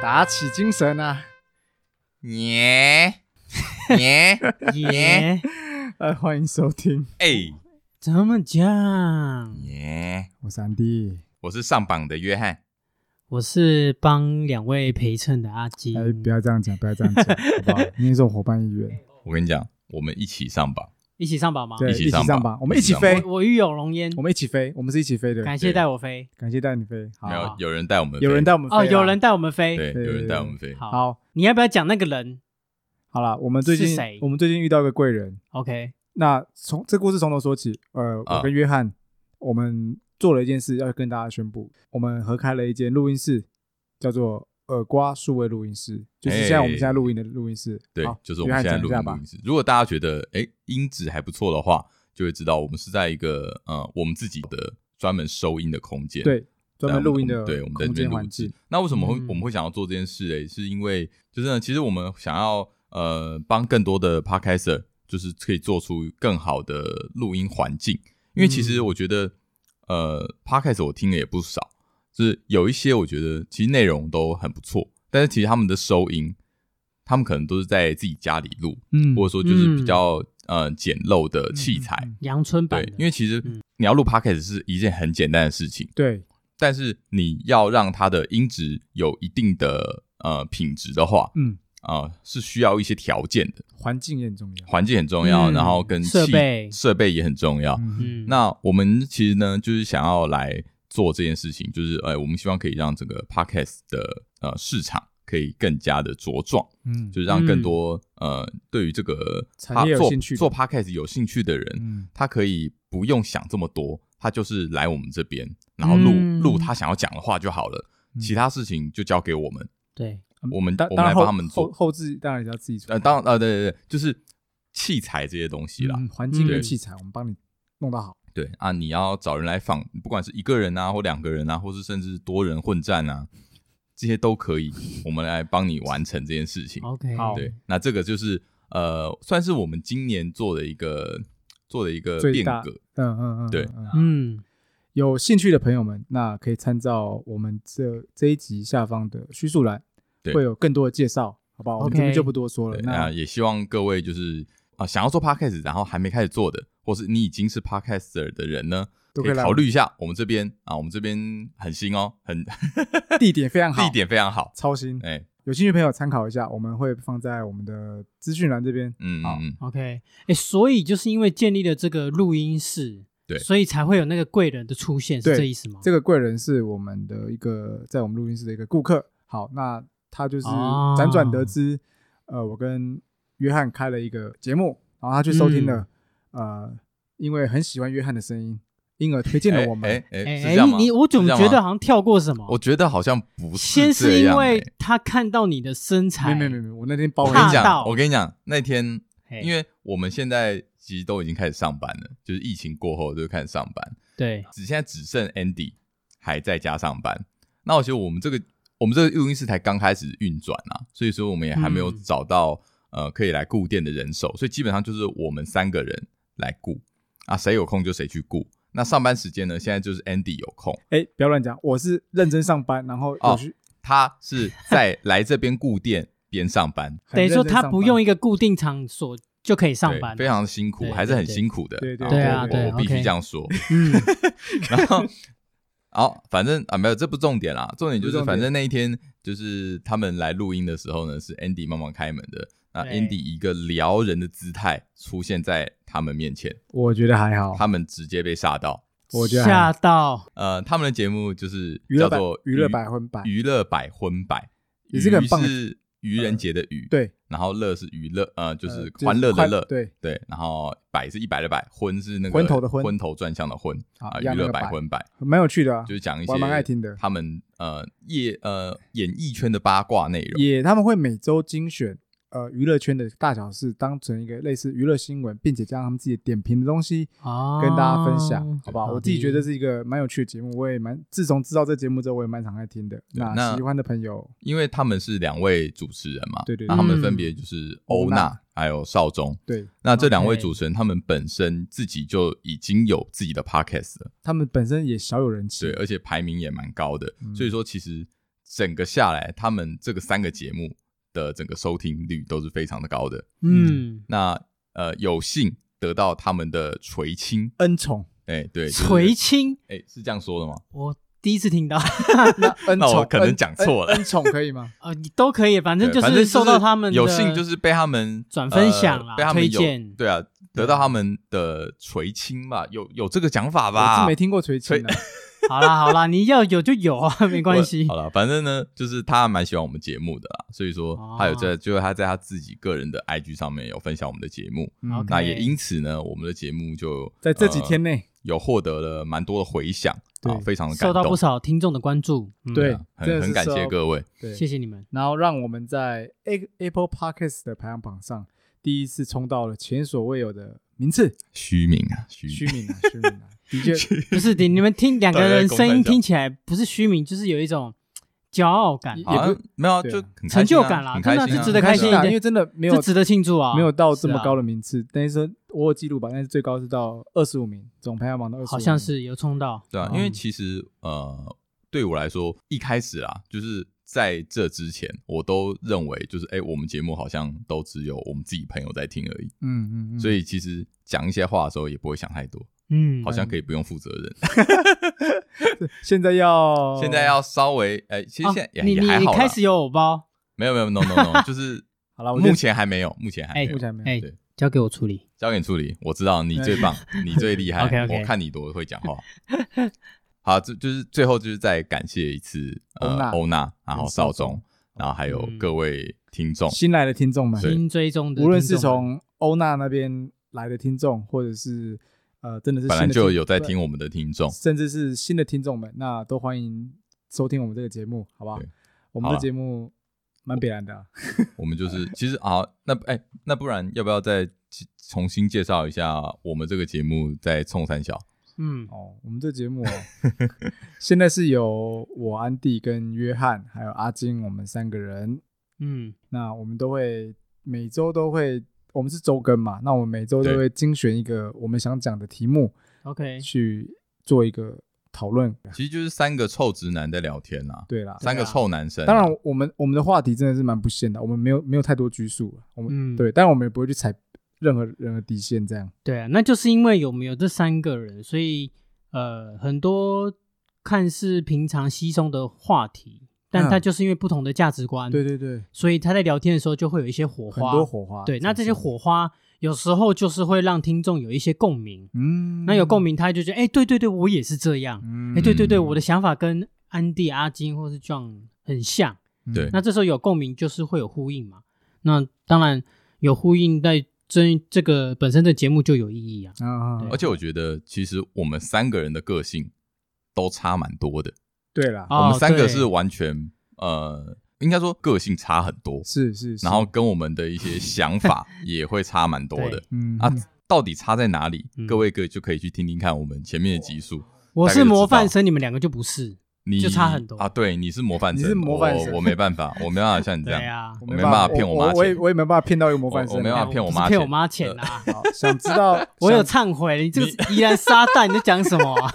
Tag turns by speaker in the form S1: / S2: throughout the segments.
S1: 打起精神 啊！
S2: 耶
S1: 哎
S2: 耶耶
S3: 耶，
S1: 呃，欢迎收听，
S2: 哎
S3: 怎么讲？
S2: 耶！
S1: 我是安迪。
S2: 我是上榜的约翰，
S3: 我是帮两位陪衬的阿基。
S1: 哎，不要这样讲，不要这样 讲，好不好？你也是我伙伴一员，
S2: 我跟你讲，我们一起上榜，
S3: 一起上榜吗？
S1: 对，
S2: 一
S1: 一
S2: 起
S1: 起
S2: 上
S1: 上
S2: 吧
S1: 吧，我们一起飞，
S3: 我育有龙烟
S1: 我，们一起飞，我们是一起飞的。
S3: 感
S2: 对
S3: 谢带我飞。
S1: 感谢带你飞，好
S2: 没，有
S3: 好
S2: 有人带我们飞，
S1: 有人带我们飞
S3: 哦，
S1: 啊，
S3: 有人带我们
S2: 对，
S3: 飞。
S1: 对
S2: 有人
S1: 对
S2: 带
S1: 对
S2: 我们飞，
S3: 好，
S1: 好，
S3: 你要不要讲那个人
S1: 好了，我们最
S3: 是
S1: 近
S3: 谁
S1: 我们最近遇到一个贵人，
S3: ？OK，
S1: 那从这故事从头说起，呃，
S2: 啊
S1: 我跟约翰、我们做了一件事，要跟大家宣布，我们合开了一间录音室，叫做耳瓜数位录音室，就是现在我们
S2: 哎
S1: 现在录音的录音室。
S2: 对
S1: 好，
S2: 就是我们现在录
S1: 约翰讲一下
S2: 音
S1: 吧
S2: 录音室。如果大家觉得哎音质还不错的话，就会知道我们是在一个呃我们自己的专门收音的空间，
S1: 对，
S2: 在我
S1: 专
S2: 们，
S1: 门录音
S2: 我
S1: 的
S2: 们对，我们在这
S1: 空
S2: 边
S1: 间
S2: 录
S1: 环
S2: 制
S1: 境。。
S2: 那为什么会
S3: 嗯
S2: 我们会想要做这件事？哎，是因为就是呢，其实我们想要呃帮更多的 podcaster，就是可以做出更好的录音环境。因为其实
S3: 嗯
S2: 我觉得呃 podcast 我听了也不少，就是有一些我觉得其实内容都很不错，但是其实他们的收音，他们可能都是在自己家里录，
S1: 嗯
S2: 或者说就是比
S3: 嗯
S2: 较呃简陋的器材。
S1: 嗯嗯嗯
S3: 阳春版
S2: 对
S3: 的。，嗯
S2: 因为其实你要录 podcast 是一件很简单的事情，
S1: 对，
S2: 但是你要让它的音质有一定的呃品质的话，
S1: 嗯，
S2: 啊、是需要一些条件的，
S1: 环境也很重要。
S2: 环境很重要，
S3: 嗯
S2: 然后跟
S3: 设
S2: 器
S3: 备
S2: 设备也很重要。
S1: 嗯，
S3: 嗯，
S2: 那我们其实呢，就是想要来做这件事情，就是呃，我们希望可以让整个 podcast 的呃市场可以更加的茁壮，
S1: 嗯，
S2: 就是让更多、呃对于这个
S1: 产业有
S2: 做
S1: 兴趣的
S2: 做 podcast 有兴趣的人，
S1: 嗯
S2: 他可以不用想这么多，他就是来我们这边，然后录
S3: 嗯
S2: 录、他想要讲的话就好了，
S1: 嗯
S2: 其他事情就交给我们，
S3: 对，
S2: 我们
S1: 当
S2: 嗯
S1: 当
S2: 我们来
S1: 然后
S2: 帮他们
S1: 后
S2: 做。
S1: 后置当然也要自己做
S2: 呃，当呃对对对，就是器材这些东西啦，
S1: 嗯环境
S3: 嗯
S1: 跟器材，我们帮你弄到好。
S2: 对啊，你要找人来访，不管是一个人啊，或两个人啊，或是甚至多人混战啊，这些都可以，我们来帮你完成这件事情。
S3: OK，
S1: 好
S2: 对，那这个就是呃，算是我们今年做的一个做的一个
S1: 最
S2: 变
S1: 大
S2: 革。
S1: 嗯嗯嗯，
S2: 对
S1: 嗯嗯
S3: 嗯，
S1: 有兴趣的朋友们，那可以参照我们这这一集下方的叙述栏，
S2: 对
S1: 会有更多的介绍，好不好？我们
S3: OK
S1: 这边就不多说了。
S2: 对，那
S1: 那
S2: 也希望各位就是啊、想要做 podcast，然后还没开始做的，或是你已经是 podcaster 的人呢，
S1: 都
S2: 可
S1: 可
S2: 以
S1: 以来
S2: 考虑一下我们这边啊，我们这边很新哦，很
S1: 地点非常好，
S2: 地点非常好，
S1: 超新，
S2: 哎、
S1: 有兴趣的朋友参考一下，我们会放在我们的资讯栏这边。
S2: 嗯
S1: 好
S2: 嗯嗯，
S3: OK，哎、所以就是因为建立了这个录音室，
S2: 对
S3: 所以才会有那个贵人的出现，是
S1: 对
S3: 这意思吗？
S1: 这个贵人是我们的一个在我们录音室的一个顾客，好，那他就是
S3: 哦
S1: 辗转得知，呃，我跟约翰开了一个节目，然后他去收听了，
S3: 嗯
S1: 呃，因为很喜欢约翰的声音，因而推荐了我们。
S2: 哎哎、
S3: 哎、
S2: 是这样吗？
S3: 你我怎么
S2: 是这样吗
S3: 觉得好像跳过什么？
S2: 我觉得好像不是这样、
S3: 先是因为
S2: 哎
S3: 他看到你的身材，
S1: 没没没没，我那天包
S2: 我
S1: 了
S2: 跟你
S3: 怕
S2: 讲，
S3: 到哎
S2: 我跟你讲，那天
S3: 嘿
S2: 因为我们现在其实都已经开始上班了，就是疫情过后就开始上班，
S3: 对，
S2: 只现在只剩 Andy 还在家上班。那我觉得我们这个我们这个录音室才刚开始运转啊，所以说我们也还没有
S3: 嗯
S2: 找到、呃可以来顾店的人手，所以基本上就是我们三个人来顾啊，谁有空就谁去顾。那上班时间呢，现在就是 Andy 有空，
S1: 哎，不要乱讲，我是认真上班，然后
S2: 哦
S1: 有去、
S2: 他是 在来这边顾店边上班，
S1: 很
S3: 等于说
S1: 认真上
S3: 他
S1: 班
S3: 不用一个固定场所就可以上
S2: 对
S3: 班，
S2: 非常辛苦，
S3: 对
S2: 还是很辛苦的。
S1: 对对
S2: 啊
S1: 对对
S2: 我我
S3: 对
S2: 我必须
S3: OK
S2: 这样说。
S3: 嗯，
S2: 然后，好，反正啊，没有，这不重点啦，重点就
S1: 不
S2: 是，
S1: 重点
S2: 反正那一天就是他们来录音的时候呢，是 Andy 帮忙开门的。那
S3: 对
S2: Andy 以一个撩人的姿态出现在他们面前，
S1: 我觉得还好，
S2: 他们直接被吓到。
S1: 我觉得还
S3: 吓
S1: 好
S3: 到，
S2: 呃，他们的节目就是
S1: 娱
S2: 叫
S1: 乐百
S2: 做
S1: 娱乐百分百，
S2: 娱乐百婚百，
S1: 也是个很棒的呃
S2: 是愚人节的愚，，
S1: 对，
S2: 然后乐是娱乐，呃，就
S1: 呃
S2: 是欢乐的
S1: 快
S2: 乐，
S1: 对，
S2: 对，然后百是一百的百，婚是那个
S1: 昏头的昏
S2: 昏头转向的昏
S1: 好
S2: 啊，
S1: 一
S2: 娱
S1: 样那
S2: 乐
S1: 个
S2: 百
S1: 百
S2: 婚百，
S1: 蛮有趣的啊、
S2: 就是讲一
S1: 我
S2: 些
S1: 还蛮爱听的
S2: 他们呃业呃演艺圈的八卦内容。
S1: 也他们会每周精选呃娱乐圈的大小事，当成一个类似娱乐新闻，并且加上他们自己点评的东西
S2: 啊
S3: 哦，
S1: 跟大家分享，好不好？
S3: 好的
S1: 我自己觉得这是一个蛮有趣的节目，我也蛮自从知道这节目之后，我也蛮常爱听的。
S2: 那
S1: 那喜欢的朋友，
S2: 因为他们是两位主持人嘛，
S1: 对嗯对对
S2: 那他们分别就是欧娜还有邵宗。
S1: 对
S2: 那这两位
S3: OK
S2: 主持人，他们本身自己就已经有自己的 podcast 了，
S1: 他们本身也小有人气
S2: 对，，而且排名也蛮高的，
S1: 嗯
S2: 所以说其实整个下来，他们这个三个节目的整个收听率都是非常的高的。
S3: 嗯，
S2: 那呃，有幸得到他们的垂青，
S1: 恩宠，
S2: 哎、对，就是
S3: 垂，青，
S2: 哎、是这样说的吗？
S3: 我第一次听到，
S1: 那恩
S2: 那我
S1: 宠
S2: 可能
S1: 恩
S2: 讲错了
S1: 恩恩宠可以 吗？
S3: 呃，你都可以，反正
S2: 对
S3: 就
S2: 反
S3: 是
S2: 正
S3: 受到他们
S2: 有
S3: 的
S2: 幸就是被他们
S3: 转分享啦
S2: 呃被他们有
S3: 推荐
S2: 对啊，得到他们的垂青吧，有有这个讲法
S1: 我
S2: 吧？
S1: 是没听过垂青的，
S3: 好啦好啦，你要有就有啊， 没关系
S2: 我。好了，反正呢，就是他蛮喜欢我们节目的啦，所以说
S3: 哦
S2: 他有在，就是他在他自己个人的 IG 上面有分享我们的节目，
S1: 嗯
S3: OK
S2: 那也因此呢，我们的节目就
S1: 在这几
S2: 呃
S1: 天内，
S2: 有获得了蛮多的回响，
S1: 对
S2: 啊，非常的感
S3: 受到
S2: 动，
S3: 不少听众的关注，嗯
S1: 对
S2: 啊
S1: 真
S2: 很
S1: 的是
S2: 很感谢
S1: 受
S2: 各位，
S1: 对，
S3: 谢谢你们。
S1: 然后让我们在 A- Apple Podcast 的排行榜上第一次冲到了前所未有的名次，
S2: 虚名啊，虚
S1: 虚名啊，虚名 啊，的确，
S3: 不是你你们听两个
S2: 大家在
S3: 人
S2: 公
S3: 声音
S2: 山上
S3: 听起来不是虚名，就是有一种骄傲感，
S1: 也
S2: 好像没有啊
S1: 对啊
S2: 就很
S3: 成
S2: 开心
S3: 就
S2: 啊
S3: 感啦
S2: 很
S3: 真
S2: 开
S3: 的
S2: 心啊
S3: 是值得
S1: 很
S3: 开
S1: 开
S3: 心
S1: 心啊，
S3: 对
S1: 因为真的没有
S3: 这值得庆祝啊！
S1: 没有到这么高
S3: 的，
S1: 的名次，但是说我有记录吧，但是最高是到二十五名，总排行榜的二十，
S3: 好像是有冲到，
S2: 对啊，
S3: 嗯
S2: 因为其实呃，对我来说，一开始啊，就是在这之前，我都认为就是哎、我们节目好像都只有我们自己朋友在听而已，
S1: 嗯，嗯嗯，
S2: 所
S1: 以
S2: 以其实讲一些话的时候也不会想太多，
S3: 嗯，
S2: 好像可以不用负责任。
S1: 现在要
S2: 现在要稍微哎、其实
S3: 哦
S2: 现在也、
S3: 你
S2: 也
S3: 你
S2: 还
S3: 你
S2: 好啦
S3: 开始有偶包，
S2: 没有没有 no no no，就是
S1: 好了，我觉
S2: 目
S1: 得
S2: 前还没有，目前还没
S3: 哎
S2: 有。
S1: 目前还没有。
S3: 哎
S2: 对，
S3: 交给我处理。
S2: 交给你处理，我知道你最棒，你最厉 害
S3: OK，OK
S2: 我看你多会讲话。好，这就是最后就是再感谢一次
S1: 欧
S2: 呃
S1: 娜
S2: 欧娜，然后
S1: 跟少
S2: 少宗，然后还有
S3: 嗯
S2: 各位听众，
S1: 新来的听众们，
S2: 对
S3: 新追踪的听众们，
S1: 无论是从欧娜那边来的听众，或者是呃，真的是
S2: 本来
S1: 新的
S2: 就
S1: 听
S2: 有在，听我们的听众，
S1: 甚至是新的听众们，那都欢迎收听我们这个节目，好不好
S2: 对？
S1: 我们
S2: 好
S1: 的
S2: 啊
S1: 节目蛮北然的啊，
S2: 我们就是其实啊，那哎、那不然要不要再其重新介绍一下我们这个节目在冲三小？
S3: 嗯
S1: 哦，我们这节 目、哦、现在是由我安迪跟约翰还有阿金我们三个人，
S3: 嗯
S1: 那我们都会每周都会，我们是周更嘛，那我们每周都
S2: 对哎
S1: 会精选一个我们想讲的题目
S3: ，OK，
S1: 去做一个讨论。
S2: 其实就是三个臭直男在聊天啦、
S1: 对啦，
S2: 三个啊臭男生、
S1: 当然，我们我们的话题真的是蛮不限的，我们没有没有太多拘束了。我们、
S3: 嗯
S1: 对，但我们也不会去踩任何人的底线，这样
S3: 对啊，那就是因为有没有这三个人，所以呃，很多看似平常稀松的话题，但
S1: 嗯
S3: 它就是因为不同的价值观，
S1: 对对对，
S3: 所以他在聊天的时候就会有一些火
S1: 很
S3: 花。
S1: 多火花。
S3: 对，那这些
S1: 真是
S3: 火花有时候就是会让听众有一些共鸣。
S1: 嗯，
S3: 那有共鸣，他就觉得，哎、对对对，我也是这样。
S1: 嗯，
S3: 哎、对对对，
S2: 嗯
S3: 我的想法跟安迪、阿金或是 John 很像。
S1: 嗯
S2: 对
S3: 那这时候有共鸣，就是会有呼应嘛。那当然有呼应，在这这个本身的节目就有意义啊。
S1: 啊啊，啊
S2: 而且我觉得其实我们三个人的个性都差蛮多的。
S1: 对啦，
S3: 哦
S2: 啊我们三个是
S3: 对
S2: 完全呃，应该说个性差很多，
S1: 是是，是
S2: 然后跟我们的一些想法也会差蛮多的
S3: 对
S1: 嗯
S2: 啊。到底差在哪里？
S3: 嗯
S2: 各位各就可以去听听看我们前面的集数。
S3: 我
S2: 大概
S3: 是
S2: 就
S3: 模范
S2: 知道
S3: 生，你们两个就不是。
S2: 你
S3: 就差很多
S2: 啊！对，你是模范生，
S1: 你是模范生
S2: 我我没办法，我没办法像你这
S3: 对
S2: 样。
S3: 啊，
S2: 我没办法骗我妈
S1: 我我也
S2: 钱
S1: 我也没办法骗到一个模范
S2: 我
S1: 生，哦
S2: 我没办法
S3: 哎
S2: 骗我
S3: 不是
S2: 妈
S3: 骗
S2: 钱呃
S3: 我妈钱啊。
S1: 好，想知道
S3: 我有
S1: 想
S3: 忏悔，你这个依然撒旦，你在讲什么啊？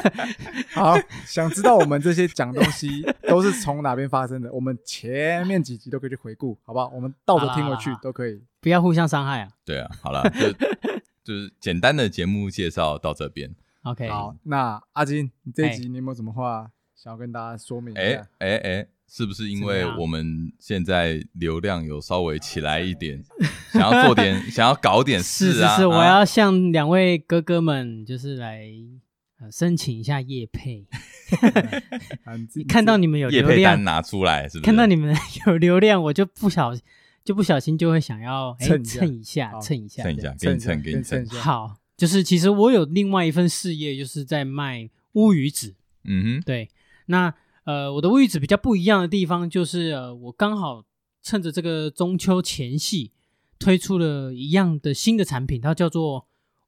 S1: 好想知道我们这些讲东西都是从哪边发生的，我们前面几集都可以去回顾，好不好？我们倒着听回去
S3: 好啦好啦
S1: 都可以。
S3: 不要互相伤害啊。
S2: 对啊，好了，就 就是简单的节目介绍到这边。
S3: OK，
S1: 好，那阿金，你这
S3: 哎
S1: 一集你有没有什么话想要跟大家说明一
S2: 哎
S1: 下？
S2: 哎哎，是不是因为
S3: 怎么样
S2: 我们现在流量有稍微起来一 点，想要做点，想要搞点事
S3: 是是
S2: 啊？
S3: 是，我
S2: 啊
S3: 要向两位哥哥们就是来呃申请一下叶 配。
S1: 啊你自己
S3: 你看到你们有
S2: 叶
S3: 流
S2: 配单
S3: 量，
S2: 拿出来，是不是？
S3: 看到你们有流量，我就不小就不小心就会想要哎
S1: 蹭一下
S3: 蹭一下，
S1: 好
S3: 蹭一下
S2: 蹭。一下，给你蹭，给你
S1: 蹭
S2: 蹭
S1: 一。下，
S3: 好，就是其实我有另外一份事业，就是在卖乌鱼子。
S2: 嗯哼，
S3: 对，那呃，我的位置比较不一样的地方就是，呃，我刚好趁着这个中秋前夕推出了一样的新的产品，它叫做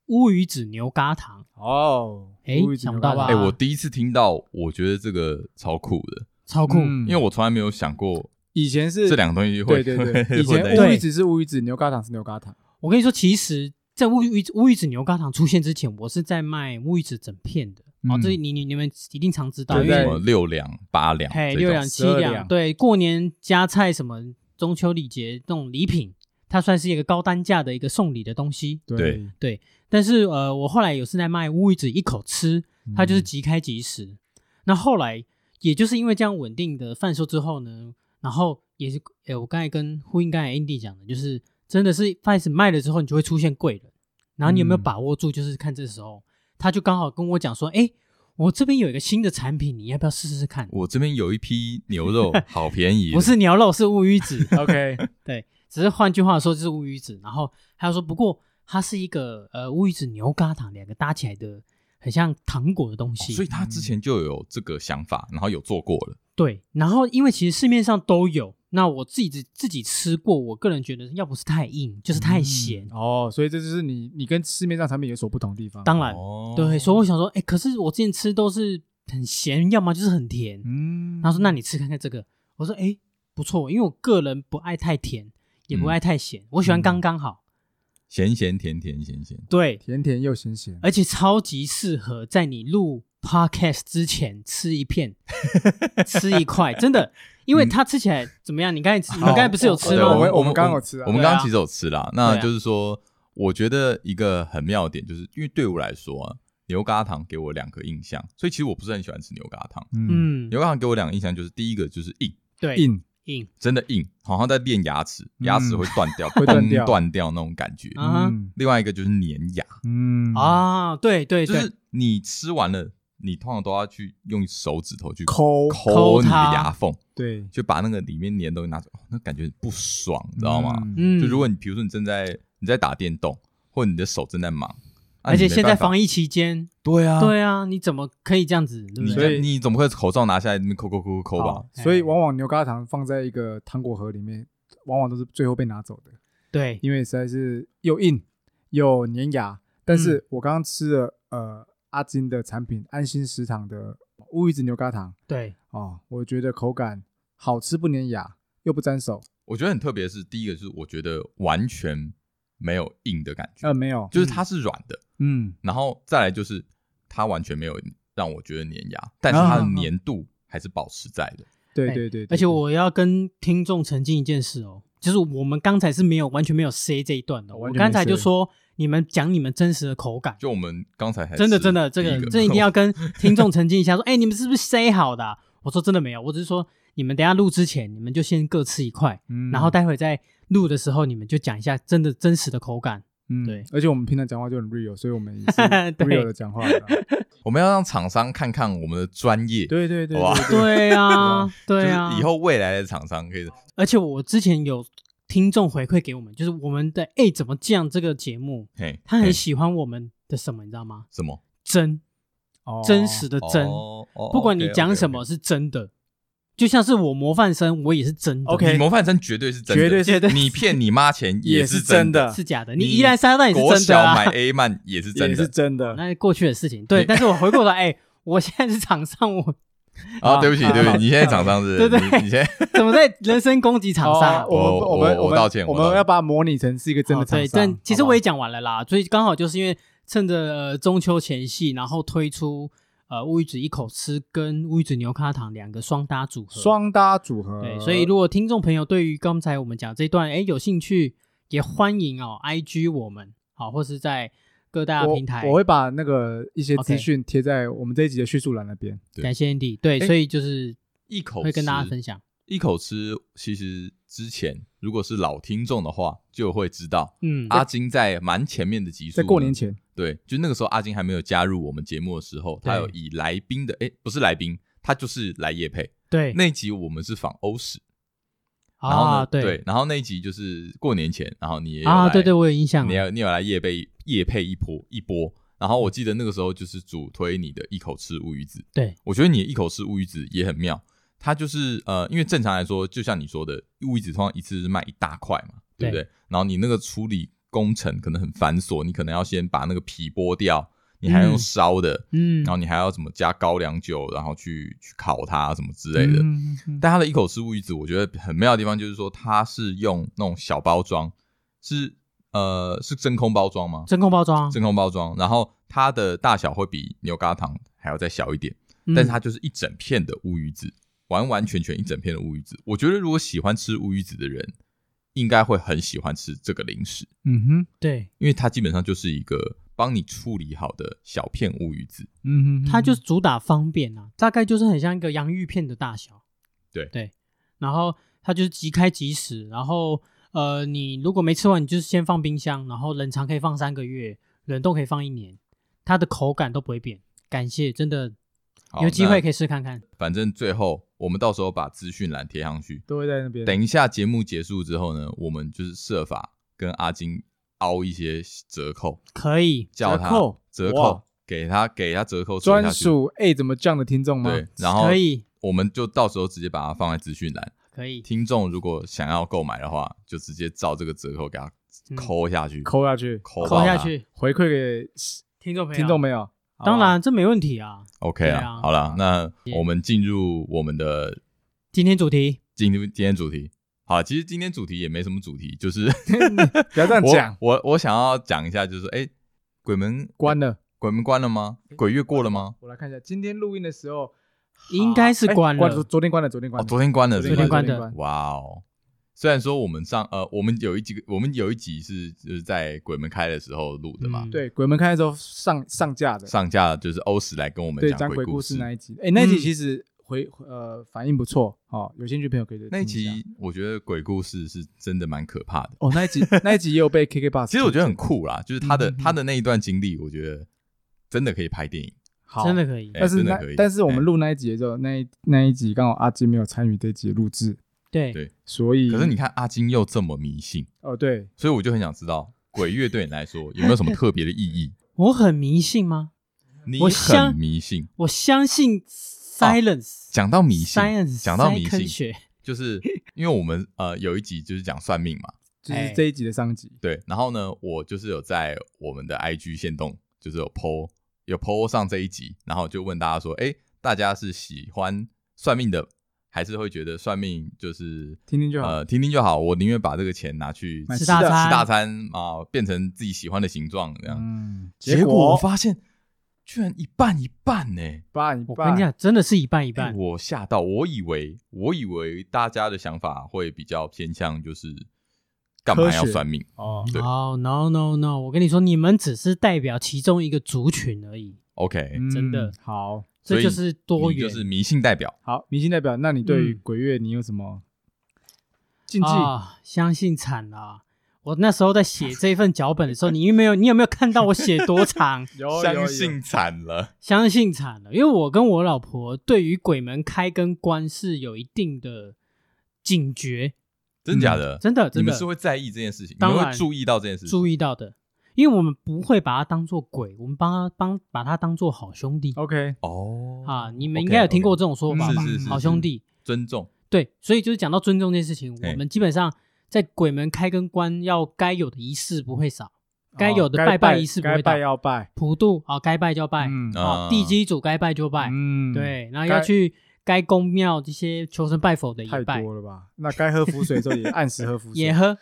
S3: 乌鱼子牛轧糖，
S1: 哦，
S3: 哎
S1: 乌鱼子
S3: 想不到吧
S2: 哎、我第一次听到，我觉得这个超酷的，
S3: 超酷。
S1: 嗯
S2: 因为我从来没有想过
S1: 以前是
S2: 这两个东西会
S1: 对对 对，以前
S2: 混在一
S3: 对
S1: 乌鱼子是乌鱼子，牛轧糖是牛轧糖。
S3: 我跟你说，其实，在乌鱼乌鱼子牛轧糖出现之前，我是在卖乌鱼子整片的。哦，
S1: 嗯
S3: 这你你你们一定常知道，
S1: 对
S3: 因
S2: 什
S1: 在
S3: 为
S2: 么六两、八两
S3: 嘿
S2: 这
S3: 六两
S2: 种，
S3: 七
S1: 12
S3: 两，
S1: 两
S3: 对，过年加菜什么，中秋礼节这种礼品，它算是一个高单价的一个送礼的东西。
S1: 对
S2: 对，
S3: 但是呃，我后来有是在卖乌鱼子一口吃，它就是
S1: 嗯
S3: 即开即食。那后来也就是因为这样稳定的贩售之后呢，然后也是诶、我刚才跟呼应刚才 Andy 讲的，就是真的是开始卖了之后，你就会出现贵人，然后你有没有
S1: 嗯
S3: 把握住？就是看这时候，他就刚好跟我讲说，哎、我这边有一个新的产品，你要不要试试看？
S2: 我这边有一批牛 肉，好便宜，
S3: 不是牛肉，是乌鱼子。
S1: OK，
S3: 只是换句话说，就是乌鱼子。然后还有说，不过它是一个呃乌鱼子牛轧糖两个搭起来的，很像糖果的东
S2: 哦
S3: 西。
S2: 所以他之前就有这个想法，然后有做过了。
S3: 对，然后因为其实市面上都有，那我自己自自己吃过，我个人觉得要不是太硬，就是
S2: 嗯
S3: 太咸。
S1: 哦，所以这就是你你跟市面上产品有所不同的地方。
S3: 当然，
S2: 哦
S3: 对，所以我想说，哎，可是我之前吃都是很咸，要么就是很甜。
S1: 嗯，
S3: 他说：“那你吃看看这个。”我说：“哎，不错，因为我个人不爱太甜，也不
S2: 嗯
S3: 爱太咸，我喜欢
S1: 嗯
S3: 刚刚好。
S2: 咸咸甜甜咸咸，
S3: 对，
S1: 甜甜又咸咸，
S3: 而且超级适合在你录 podcast 之前吃一片，吃一块，真的，因为它吃起来怎么样？你刚才吃，你们
S1: 好
S3: 刚才不是有吃
S1: 对
S2: 哦对
S1: 我
S3: 吗
S1: 们？我们刚刚有吃啊
S2: 我们
S3: 对啊
S2: 刚刚其实有吃啦。那
S3: 对啊
S2: 就是说，我觉得一个很妙的点，就是因为对我来说啊，牛轧糖给我两个印象，所以其实我不是很喜欢吃牛轧糖。
S1: 嗯，
S3: 嗯，
S2: 牛轧糖给我两个印象，就是第一个就是硬，
S3: 对，
S1: 硬
S3: 硬
S2: 真的硬，好像在练牙齿，
S1: 嗯
S2: 牙齿会断掉，
S1: 会断掉
S2: 嘣断掉那种感觉。
S3: 啊哈
S1: 嗯
S2: 另外一个就是粘牙，
S1: 嗯，
S3: 啊，对对
S2: 就
S3: 对，
S2: 是你吃完了，你通常都要去用手指头去
S1: 抠
S2: 抠你
S3: 它
S2: 的牙缝，
S1: 对，
S2: 就把那个里面粘的东西拿走，哦那感觉不爽，你知道吗？
S1: 嗯？
S3: 嗯，
S2: 就如果你比如说你正在你在打电动，或你的手正在忙，啊
S3: 而且现在防
S2: 疫
S3: 疫期间，
S2: 对啊，
S3: 对啊，你怎么可以这样子？对
S2: 你
S3: 不
S1: 所
S3: 对？
S1: 以
S2: 你怎么会口罩拿下来那边抠抠抠抠抠吧
S1: 好？所以
S3: 哎
S1: 往往牛轧糖放在一个糖果盒里面，往往都是最后被拿走的，
S3: 对，
S1: 因为实在是又硬又粘牙。但
S3: 嗯
S1: 是我刚刚吃了呃阿金的产品安心食堂的乌鱼子牛轧糖
S3: 对，
S1: 哦，我觉得口感好吃不粘牙，又不沾手。
S2: 我觉得很特别的是，第一个就是我觉得完全没有硬的感觉，
S1: 呃，没有，
S2: 就是它是软的，
S1: 嗯，
S2: 然后再来就是它完全没有让我觉得粘牙，但是它的粘度还是保持在的。
S1: 对
S3: 哎
S1: 对对对
S3: 而且我要跟听众澄清一件事哦，就是我们刚才是没有完全没有 C 这一段的，
S1: 哦
S3: 我
S1: 完全没
S3: 刚才就
S1: say
S3: 说你们讲你们真实的口感。
S2: 就我们刚才还
S3: 真的
S2: 是
S3: 真的，这
S2: 第
S3: 个
S2: 个
S3: 这一定 要跟听众澄清一下，说，哎、你们是不是 say 好的啊、我说真的没有，我只是说你们等一下录之前，你们就先各吃一块，
S1: 嗯
S3: 然后待会再录的时候，你们就讲一下真的真实的口感。
S1: 嗯
S3: 对
S1: 而且我们平常讲话就很 real，所以我们 也是
S3: 对
S1: real 的讲话 的啊。
S2: 我们要让厂商看看我们的专业，
S1: 对对对
S2: 哇
S1: 对对，
S3: 对啊，对啊
S2: 就是，以后未来的厂商可以
S3: 而且我之前有听众回馈给我们，就是我们的哎、怎么酱这个节目，
S2: 嘿，
S3: 他
S2: 嘿
S3: 很喜欢我们的什么，你知道吗？
S2: 什么
S3: 真
S1: 哦
S3: 真实的真，
S2: 哦哦
S3: 不管你
S2: OK，OK，OK
S3: 讲什么是真的，就像是我模范生，我也是真的。
S1: OK
S2: 你模范生绝对是真的，
S1: 绝对
S3: 绝对
S1: 是
S2: 你骗你妈 钱
S1: 也
S2: 是
S1: 是真
S2: 的，
S1: 的，
S3: 是假的，你
S2: 你
S3: 依然杀到也是
S2: 国
S3: 真的
S2: 小买
S3: 啊。
S2: A 漫也是真
S1: 也是
S2: 的
S1: 真的。
S3: 那是过去的事情，对。
S2: 你
S3: 但是我回过头来，哎、我现在是厂商，我
S2: 啊！
S1: 啊
S2: 对不起，对不起，你现在厂商是，
S3: 对对
S2: 你你现在
S3: 怎么在人身攻击厂商？
S1: 哦我们们
S2: 我我
S1: 我们
S2: 道歉
S1: 我
S2: 我道
S1: 们
S2: 歉
S1: 要把它模拟成是一个真的
S3: 哦
S1: 厂
S3: 对，
S1: 商。
S3: 但其实
S1: 好不好
S3: 我也讲完了啦，所以刚好就是因为趁着、呃、中秋前夕，然后推出呃乌鱼子一口吃跟乌鱼子牛轧糖两个双搭组合。
S1: 双搭组合，
S3: 对，所以如果听众朋友对于刚才我们讲这段，哎，有兴趣也欢迎哦，IG 我们好，或是在各大
S1: 我
S3: 平台。
S1: 我会把那个一些
S3: OK
S1: 资讯贴在我们这一集的叙述栏那边。
S2: 对
S3: 感谢 Andy，对，
S2: 哎
S3: 所以就是
S2: 一口
S3: 会跟大家
S2: 吃
S3: 分享。
S2: 一口吃。其实之前如果是老听众的话，就会知道
S3: 嗯，
S2: 阿金在蛮前面的集数，
S1: 在过年，前，
S2: 对，就那个时候阿金还没有加入我们节目的时候，他
S3: 对
S2: 有以来宾的，哎，不是来宾，他就是来夜配
S3: 对，
S2: 那一集，我们是访欧史，然后
S3: 啊，
S2: 呢，对，然后那一集就是过年前，然后你也有
S3: 啊，
S2: 来
S3: 对对，我有印象
S2: 你
S3: 了。
S2: 要你有来夜配夜配一波一波，然后我记得那个时候就是主推你的一口吃乌鱼子，
S3: 对
S2: 我觉得你的一口吃乌鱼子也很妙，它就是呃，因为正常来说，就像你说的，乌鱼子通常一次是卖一大块嘛，对不对？然后你那个处理工程可能很繁琐，你可能要先把那个皮剥掉，你还要用
S3: 嗯
S2: 烧的，
S3: 嗯
S2: 然，后你还要怎么加高粱酒，然后去去烤它什么之类的。
S1: 嗯嗯嗯
S2: 但它的一口吃乌鱼子，我觉得很妙的地方就是说，它是用那种小包装，是呃是真空包装吗？
S3: 真空包装啊，
S2: 真空包装，然后它的大小会比牛轧糖还要再小一点，
S1: 嗯
S3: 嗯
S2: 但是它就是一整片的乌鱼子，完完全全一整片的乌鱼子。我觉得如果喜欢吃乌鱼子的人，应该会很喜欢吃这个零食，
S1: 嗯哼，
S3: 对，
S2: 因为它基本上就是一个帮你处理好的小片乌鱼子。
S1: 嗯哼，
S3: 它就是主打方便啊，大概就是很像一个洋芋片的大小。
S2: 对
S3: 对，然后它就是即开即食，然后呃，你如果没吃完，你就是先放冰箱，然后冷藏可以放三个月，冷冻可以放一年，它的口感都不会变。感谢，真的
S2: 好
S3: 有机会可
S2: 以，
S3: 以试看看。
S2: 反正最后我们到时候把资讯栏贴上去。
S1: 都会在那边。
S2: 等一下节目结束之后呢，我们就是设法跟阿金凹一些折扣，
S3: 可以，
S2: 叫
S1: 折
S2: 他
S1: 扣
S2: 折
S1: 哇
S2: 扣，给他给他折扣折下
S1: 专
S2: 去
S1: 属 A 怎么降的听众吗？
S2: 对，然后
S3: 可以，
S2: 我们就到时候直接把它放在资讯栏。
S3: 可以，
S2: 听众如果想要购买的话，就直接照这个折扣给他
S3: 嗯
S2: 抠下去，
S1: 扣下去，
S2: 抠
S3: 扣
S2: 爆
S3: 下
S2: 它
S3: 去，
S1: 回馈给
S3: 听众朋友，啊
S1: 听众朋友。好吧啊
S3: 当，然这没问题啊。
S2: OK
S3: 对
S2: 了，
S3: 啊
S2: 好了，那我们进入我们的
S3: 今天主题
S2: 进入今天主题。好，其实今天主题也没什么主题，就是
S1: 不要这样
S2: 我
S1: 讲，
S2: 我我想要讲一下，就是哎、诶鬼门
S1: 关了。
S2: 鬼门关了吗？
S1: 嗯
S2: 鬼月过了吗？
S1: 我来看一下，今天录音的时候
S3: 应该是
S1: 哎
S3: 关了，
S1: 昨天关了，昨天
S2: 哦，
S1: 关了，
S2: 昨天关了，
S1: 昨
S2: 是
S1: 天
S2: 不
S1: 关
S2: 是
S1: 了，
S3: 昨
S1: 昨天关
S3: 天关
S1: 了。
S2: 哇哦！虽然说我们上呃，我们有一集，我们有一集是就是在鬼门开的时候录的嘛
S3: 嗯，
S1: 对，鬼门开的时候上上架的，
S2: 上架就是欧史来跟我们
S1: 对，
S2: 讲
S1: 讲鬼
S2: 故
S1: 故事那一集，哎，那一
S3: 嗯
S1: 集其实回呃反应不错，哦，有兴趣的朋友可以去听
S2: 那一
S1: 一下
S2: 集我觉得鬼故事是真的蛮可怕的。
S1: 哦，那一集那一集也有被 KK Bus，
S2: 其实我觉得很酷啦，就是他
S1: 嗯
S2: 的
S1: 嗯嗯
S2: 他的那一段经历，我觉得真的可以拍电影。
S1: 好
S3: 真的可以。
S2: 哎
S1: 但是
S2: 真的
S1: 那
S2: 可以
S1: 但是我们
S2: 哎
S1: 录那一集的时候，那一那一集刚好阿金没有参与这一集的录制，
S3: 对
S2: 对
S1: 所以
S2: 可是你看阿金又这么迷信，
S1: 哦对，
S2: 所以我就很想知道鬼月对你来说有没有什么特别的意义？
S3: 我很迷信吗？
S2: 你
S3: 我
S2: 很
S3: 相
S2: 迷信。
S3: 我相信 silence，、
S2: 哦讲到迷信
S3: Science，，
S2: 讲到迷
S3: 塞坑
S2: 信，
S3: 学，
S2: 就是因为我们呃有一集就是讲算命嘛，
S1: 就是
S3: 哎
S1: 这一集的上集，
S2: 对。然后呢，我就是有在我们的 IG 线动，就是有 PO 有 PO 上这一集，然后就问大家说，哎，大家是喜欢算命的，还是会觉得算命就是
S1: 听听就好。
S2: 呃，听听就好，我宁愿把这个钱拿去
S1: 买
S3: 啊吃
S1: 吃
S3: 大
S1: 的
S3: 餐，
S2: 吃大餐啊、变成自己喜欢的形状这样。
S1: 嗯，
S2: 结
S1: 结
S2: 果我
S1: 果
S2: 发现，居然一半一半呢、
S1: 爸，你
S3: 我
S1: 爸
S3: 跟你讲，真的是一半一
S2: 哎
S3: 半。
S2: 我吓到，我以为我以为大家的想法会比较偏向就是干嘛
S1: 科
S2: 要
S1: 学
S2: 算命
S1: 哦，
S2: 对
S3: 哦、no no no！我跟你说，你们只是代表其中一个族群而已，
S2: ？OK，
S1: 嗯
S3: 哎真的
S1: 好
S2: 所
S3: 这
S2: 以
S3: 就是多
S2: 你
S3: 元。
S2: 就是迷信代表。
S1: 好。明星代表，那你对于
S3: 嗯
S1: 鬼月你有什么禁忌？
S3: 啊、相信惨了。我那时候在写这份脚本的 时候，你有没有你有没有看到我写多长？
S1: 有
S2: 相信惨了，
S3: 相信惨了，因为我跟我老婆对于鬼门开跟关是有一定的警觉，
S2: 真假的？
S3: 嗯真的
S2: 你
S3: 真的
S2: 们是会在意这件事情，你
S3: 当
S2: 们
S3: 然
S2: 会注意到这件事情。
S3: 注意到的，因为我们不会把它当做鬼，我们帮他帮把它当做好兄弟。
S1: OK，
S2: 哦
S3: 啊，你们应该有听过这种说法吧？
S1: 嗯
S2: 是是是
S3: 好兄弟，
S2: 尊重，
S3: 对，所以就是讲到尊重这件事情，
S2: 哎
S3: 我们基本上在鬼门开跟关要该有的仪式不会少，该有的
S1: 哦
S3: 拜拜
S1: 拜
S3: 仪式不
S1: 该
S3: 会倒
S1: 拜要拜，
S3: 普渡啊，该拜就拜
S1: 嗯
S3: 啊
S2: 啊，
S3: 地基主该拜就拜，
S1: 嗯，，
S3: 对，然后
S1: 该
S3: 要去该公庙这些求神拜佛的
S1: 太
S3: 也拜，
S1: 多了吧？那该喝符水的时候也按时喝 符水
S3: 也，喝，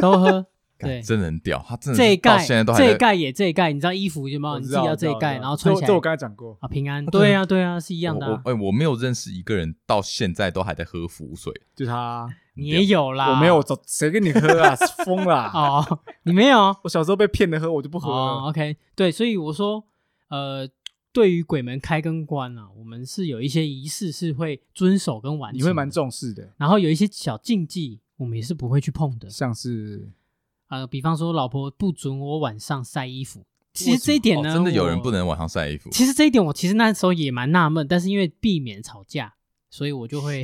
S3: 都喝，
S2: 干
S3: 对。
S2: 真的很屌，他真的
S3: 这一
S2: 是到
S3: 盖，
S2: 现在都还
S3: 这一
S2: 在
S3: 盖也这一盖，你知道衣服有没有？
S1: 哦我
S3: 你
S1: 知
S3: 自己
S1: 道
S3: 要
S1: 我知
S3: 这
S1: 道我
S3: 一
S1: 知
S3: 盖，
S1: 道
S3: 然后穿
S1: 这我
S3: 起来
S1: 这我刚才讲过，
S3: 啊平安。
S2: 对
S3: 对啊，对啊，是一样的
S2: 我我
S3: 啊。
S2: 哎、我没有认识一个人到现在都还在喝浮水，
S1: 就他，
S3: 你也有啦，
S1: 我没有，走，谁跟你喝啊？ 疯啦！
S3: 哦，你 没有，
S1: 我小时候被骗的喝，我就不喝了。
S3: 哦，OK，对，所以我说，呃，对于鬼门开跟关啊，我们是有一些仪式是会遵守跟完成，
S1: 你会蛮，重视的，
S3: 然后有一些小禁忌，我们也是不会去碰的。
S1: 像是
S3: 呃，比方说，老婆不准我晚上晒衣服，其实这一点呢，
S2: 哦真的有人
S3: 我
S2: 不。能晚上晒衣服。
S3: 其实这一点我其实那时候也蛮纳闷，但是因为避免吵架，所以我 就会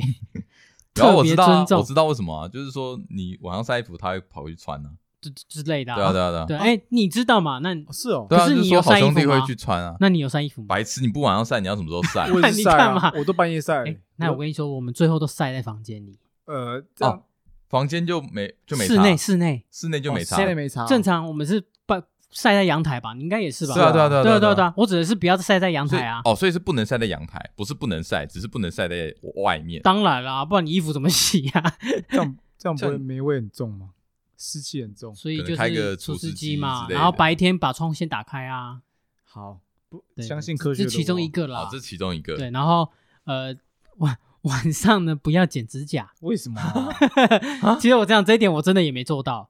S2: 然后
S3: 特
S2: 我
S3: 别
S2: 知道、
S3: 尊
S2: 啊，我
S3: 重
S2: 知道为什么啊，就是说你晚上晒衣服，他会跑去穿啊。
S3: 之之类的、
S2: 对啊，对啊，对
S3: 对，
S2: 啊，
S3: 哎，你知道嘛？那
S1: 哦是哦，
S2: 对啊，
S3: 可是
S2: 就
S3: 你
S2: 是说
S3: 有
S2: 好
S3: 晒衣服
S2: 兄弟会
S3: 吗
S2: 去穿啊。
S3: 那你有晒衣服吗？
S2: 白痴，你不晚上晒，你要什么时候晒？
S1: 我也是
S3: 你
S1: 晒
S3: 看嘛
S1: 啊，我都半夜晒
S3: 哎
S1: 了。，
S3: 那我跟你说，我们最后都晒在房间里，
S1: 呃，这样
S2: 哦房间就没就没
S3: 室
S2: 差啊
S3: 内室内
S2: 室内就没差。
S1: 现在没差，
S3: 正常，我们是把晒在阳台吧？你应该也是吧？
S2: 对啊，对啊，对啊，
S3: 对啊对啊对
S2: 对啊。
S3: 啊，我指的是不要晒在阳
S2: 所以
S3: 台啊。
S2: 哦，所以是不能晒在阳台，不是不能晒，只是不能晒在外面。哦
S3: 当然啦，不然你衣服怎么洗啊呀、
S1: 这样这样不
S2: 这
S1: 会
S2: 样
S1: 霉味很重吗？湿气很重。
S3: 所以
S2: 可能
S3: 就
S2: 开个
S3: 是
S2: 除
S3: 除
S2: 湿
S3: 湿
S2: 机
S3: 嘛，
S2: 之类的
S3: 然后白天把窗先打开啊，
S1: 好，不
S3: 对
S1: 相信科学
S3: 这
S1: 的
S3: 其中一个
S2: 好
S3: 啦，。
S2: 哦这是其中一个。
S3: 对，然后呃晚 晚上呢不要剪指甲。
S1: 我，为什么啊
S3: 其实我这样这一点我真的也没做到。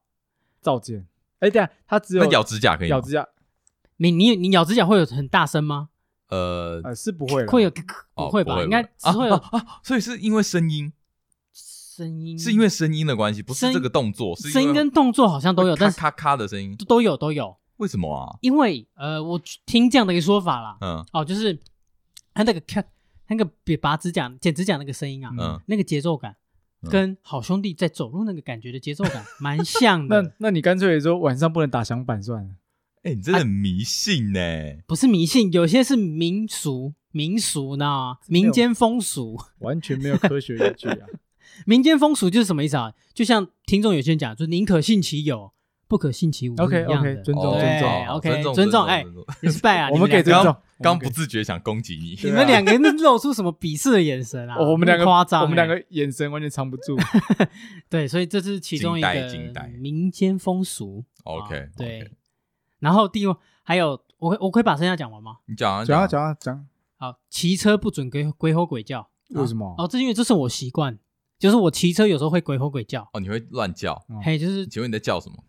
S1: 照见？哎，等一下他只有
S2: 那咬指甲可以吗
S1: 咬指甲，
S3: 你你你咬指甲会有很大声吗？
S2: 呃，
S1: 呃，是不会了，
S3: 会有
S2: 哦
S3: 不会
S2: 不
S3: 吧？
S2: 会
S3: 应该
S2: 不会
S3: 只会有
S2: 啊啊啊，所以是因为声音，
S3: 声音，
S2: 是因为声音的关系，不
S3: 声
S2: 是
S3: 音
S2: 这个动作，是因为
S3: 声音跟动作好像都有，
S2: 会
S3: 但
S2: 咔
S3: 是
S2: 咔咔的声音，
S3: 都有都有。
S2: 为什么啊？
S3: 因为呃，我听这样的一个说法啦，
S2: 嗯
S3: 哦，就是他那个看那个比拔指甲、剪指甲那个声音啊，
S2: 嗯，
S3: 那个节奏感。
S2: 嗯
S3: 跟好兄弟在走路那个感觉的节奏 感蛮像
S1: 那
S3: 的，
S1: 那你干脆说晚上不能打响板算了。
S2: 哎、你
S3: 啊
S2: 真的很迷信呢、
S3: 不是迷信，有些是民俗民俗呢，民间风俗。
S1: 完全没有科学依据啊！
S3: 民间风俗就是什么意思啊？就像听众有些人讲，就是宁可信其有，不可信其无
S1: OK，OK，
S3: 一样的
S1: 尊重
S2: 哦
S1: 尊重
S2: 好
S3: OK，
S2: 尊重
S3: 尊重哎
S2: 尊重
S3: respect 啊，
S1: 我们
S3: 你
S1: 给
S3: 两个
S1: 尊重
S2: 刚，
S1: 我
S2: 刚
S1: 们
S2: 不
S1: 给
S2: 自觉想攻击你，
S3: 你
S1: 对
S3: 们
S1: 啊
S3: 两个人露出什么鄙视的眼神啊？
S1: 哦 我们两个
S3: 很夸张欸，
S1: 我们两个眼神完全藏不住。
S3: 对，所以这是其中
S2: 惊
S3: 一
S2: 呆惊呆
S3: 个民间风俗。
S2: 哦 OK，
S3: 啊
S2: OK
S3: 对。然后第二还有，我会我可以把剩下讲完吗？
S2: 你讲 啊
S1: 讲啊
S2: 讲
S1: 讲啊讲，
S3: 好，骑车不准鬼鬼吼鬼叫。
S1: 为什么？
S3: 哦，这是因为这是我习惯，就是我骑车有时候会鬼吼鬼叫。
S2: 哦，你会乱叫？
S1: 哦
S3: 嘿，就是
S2: 请问你在叫什么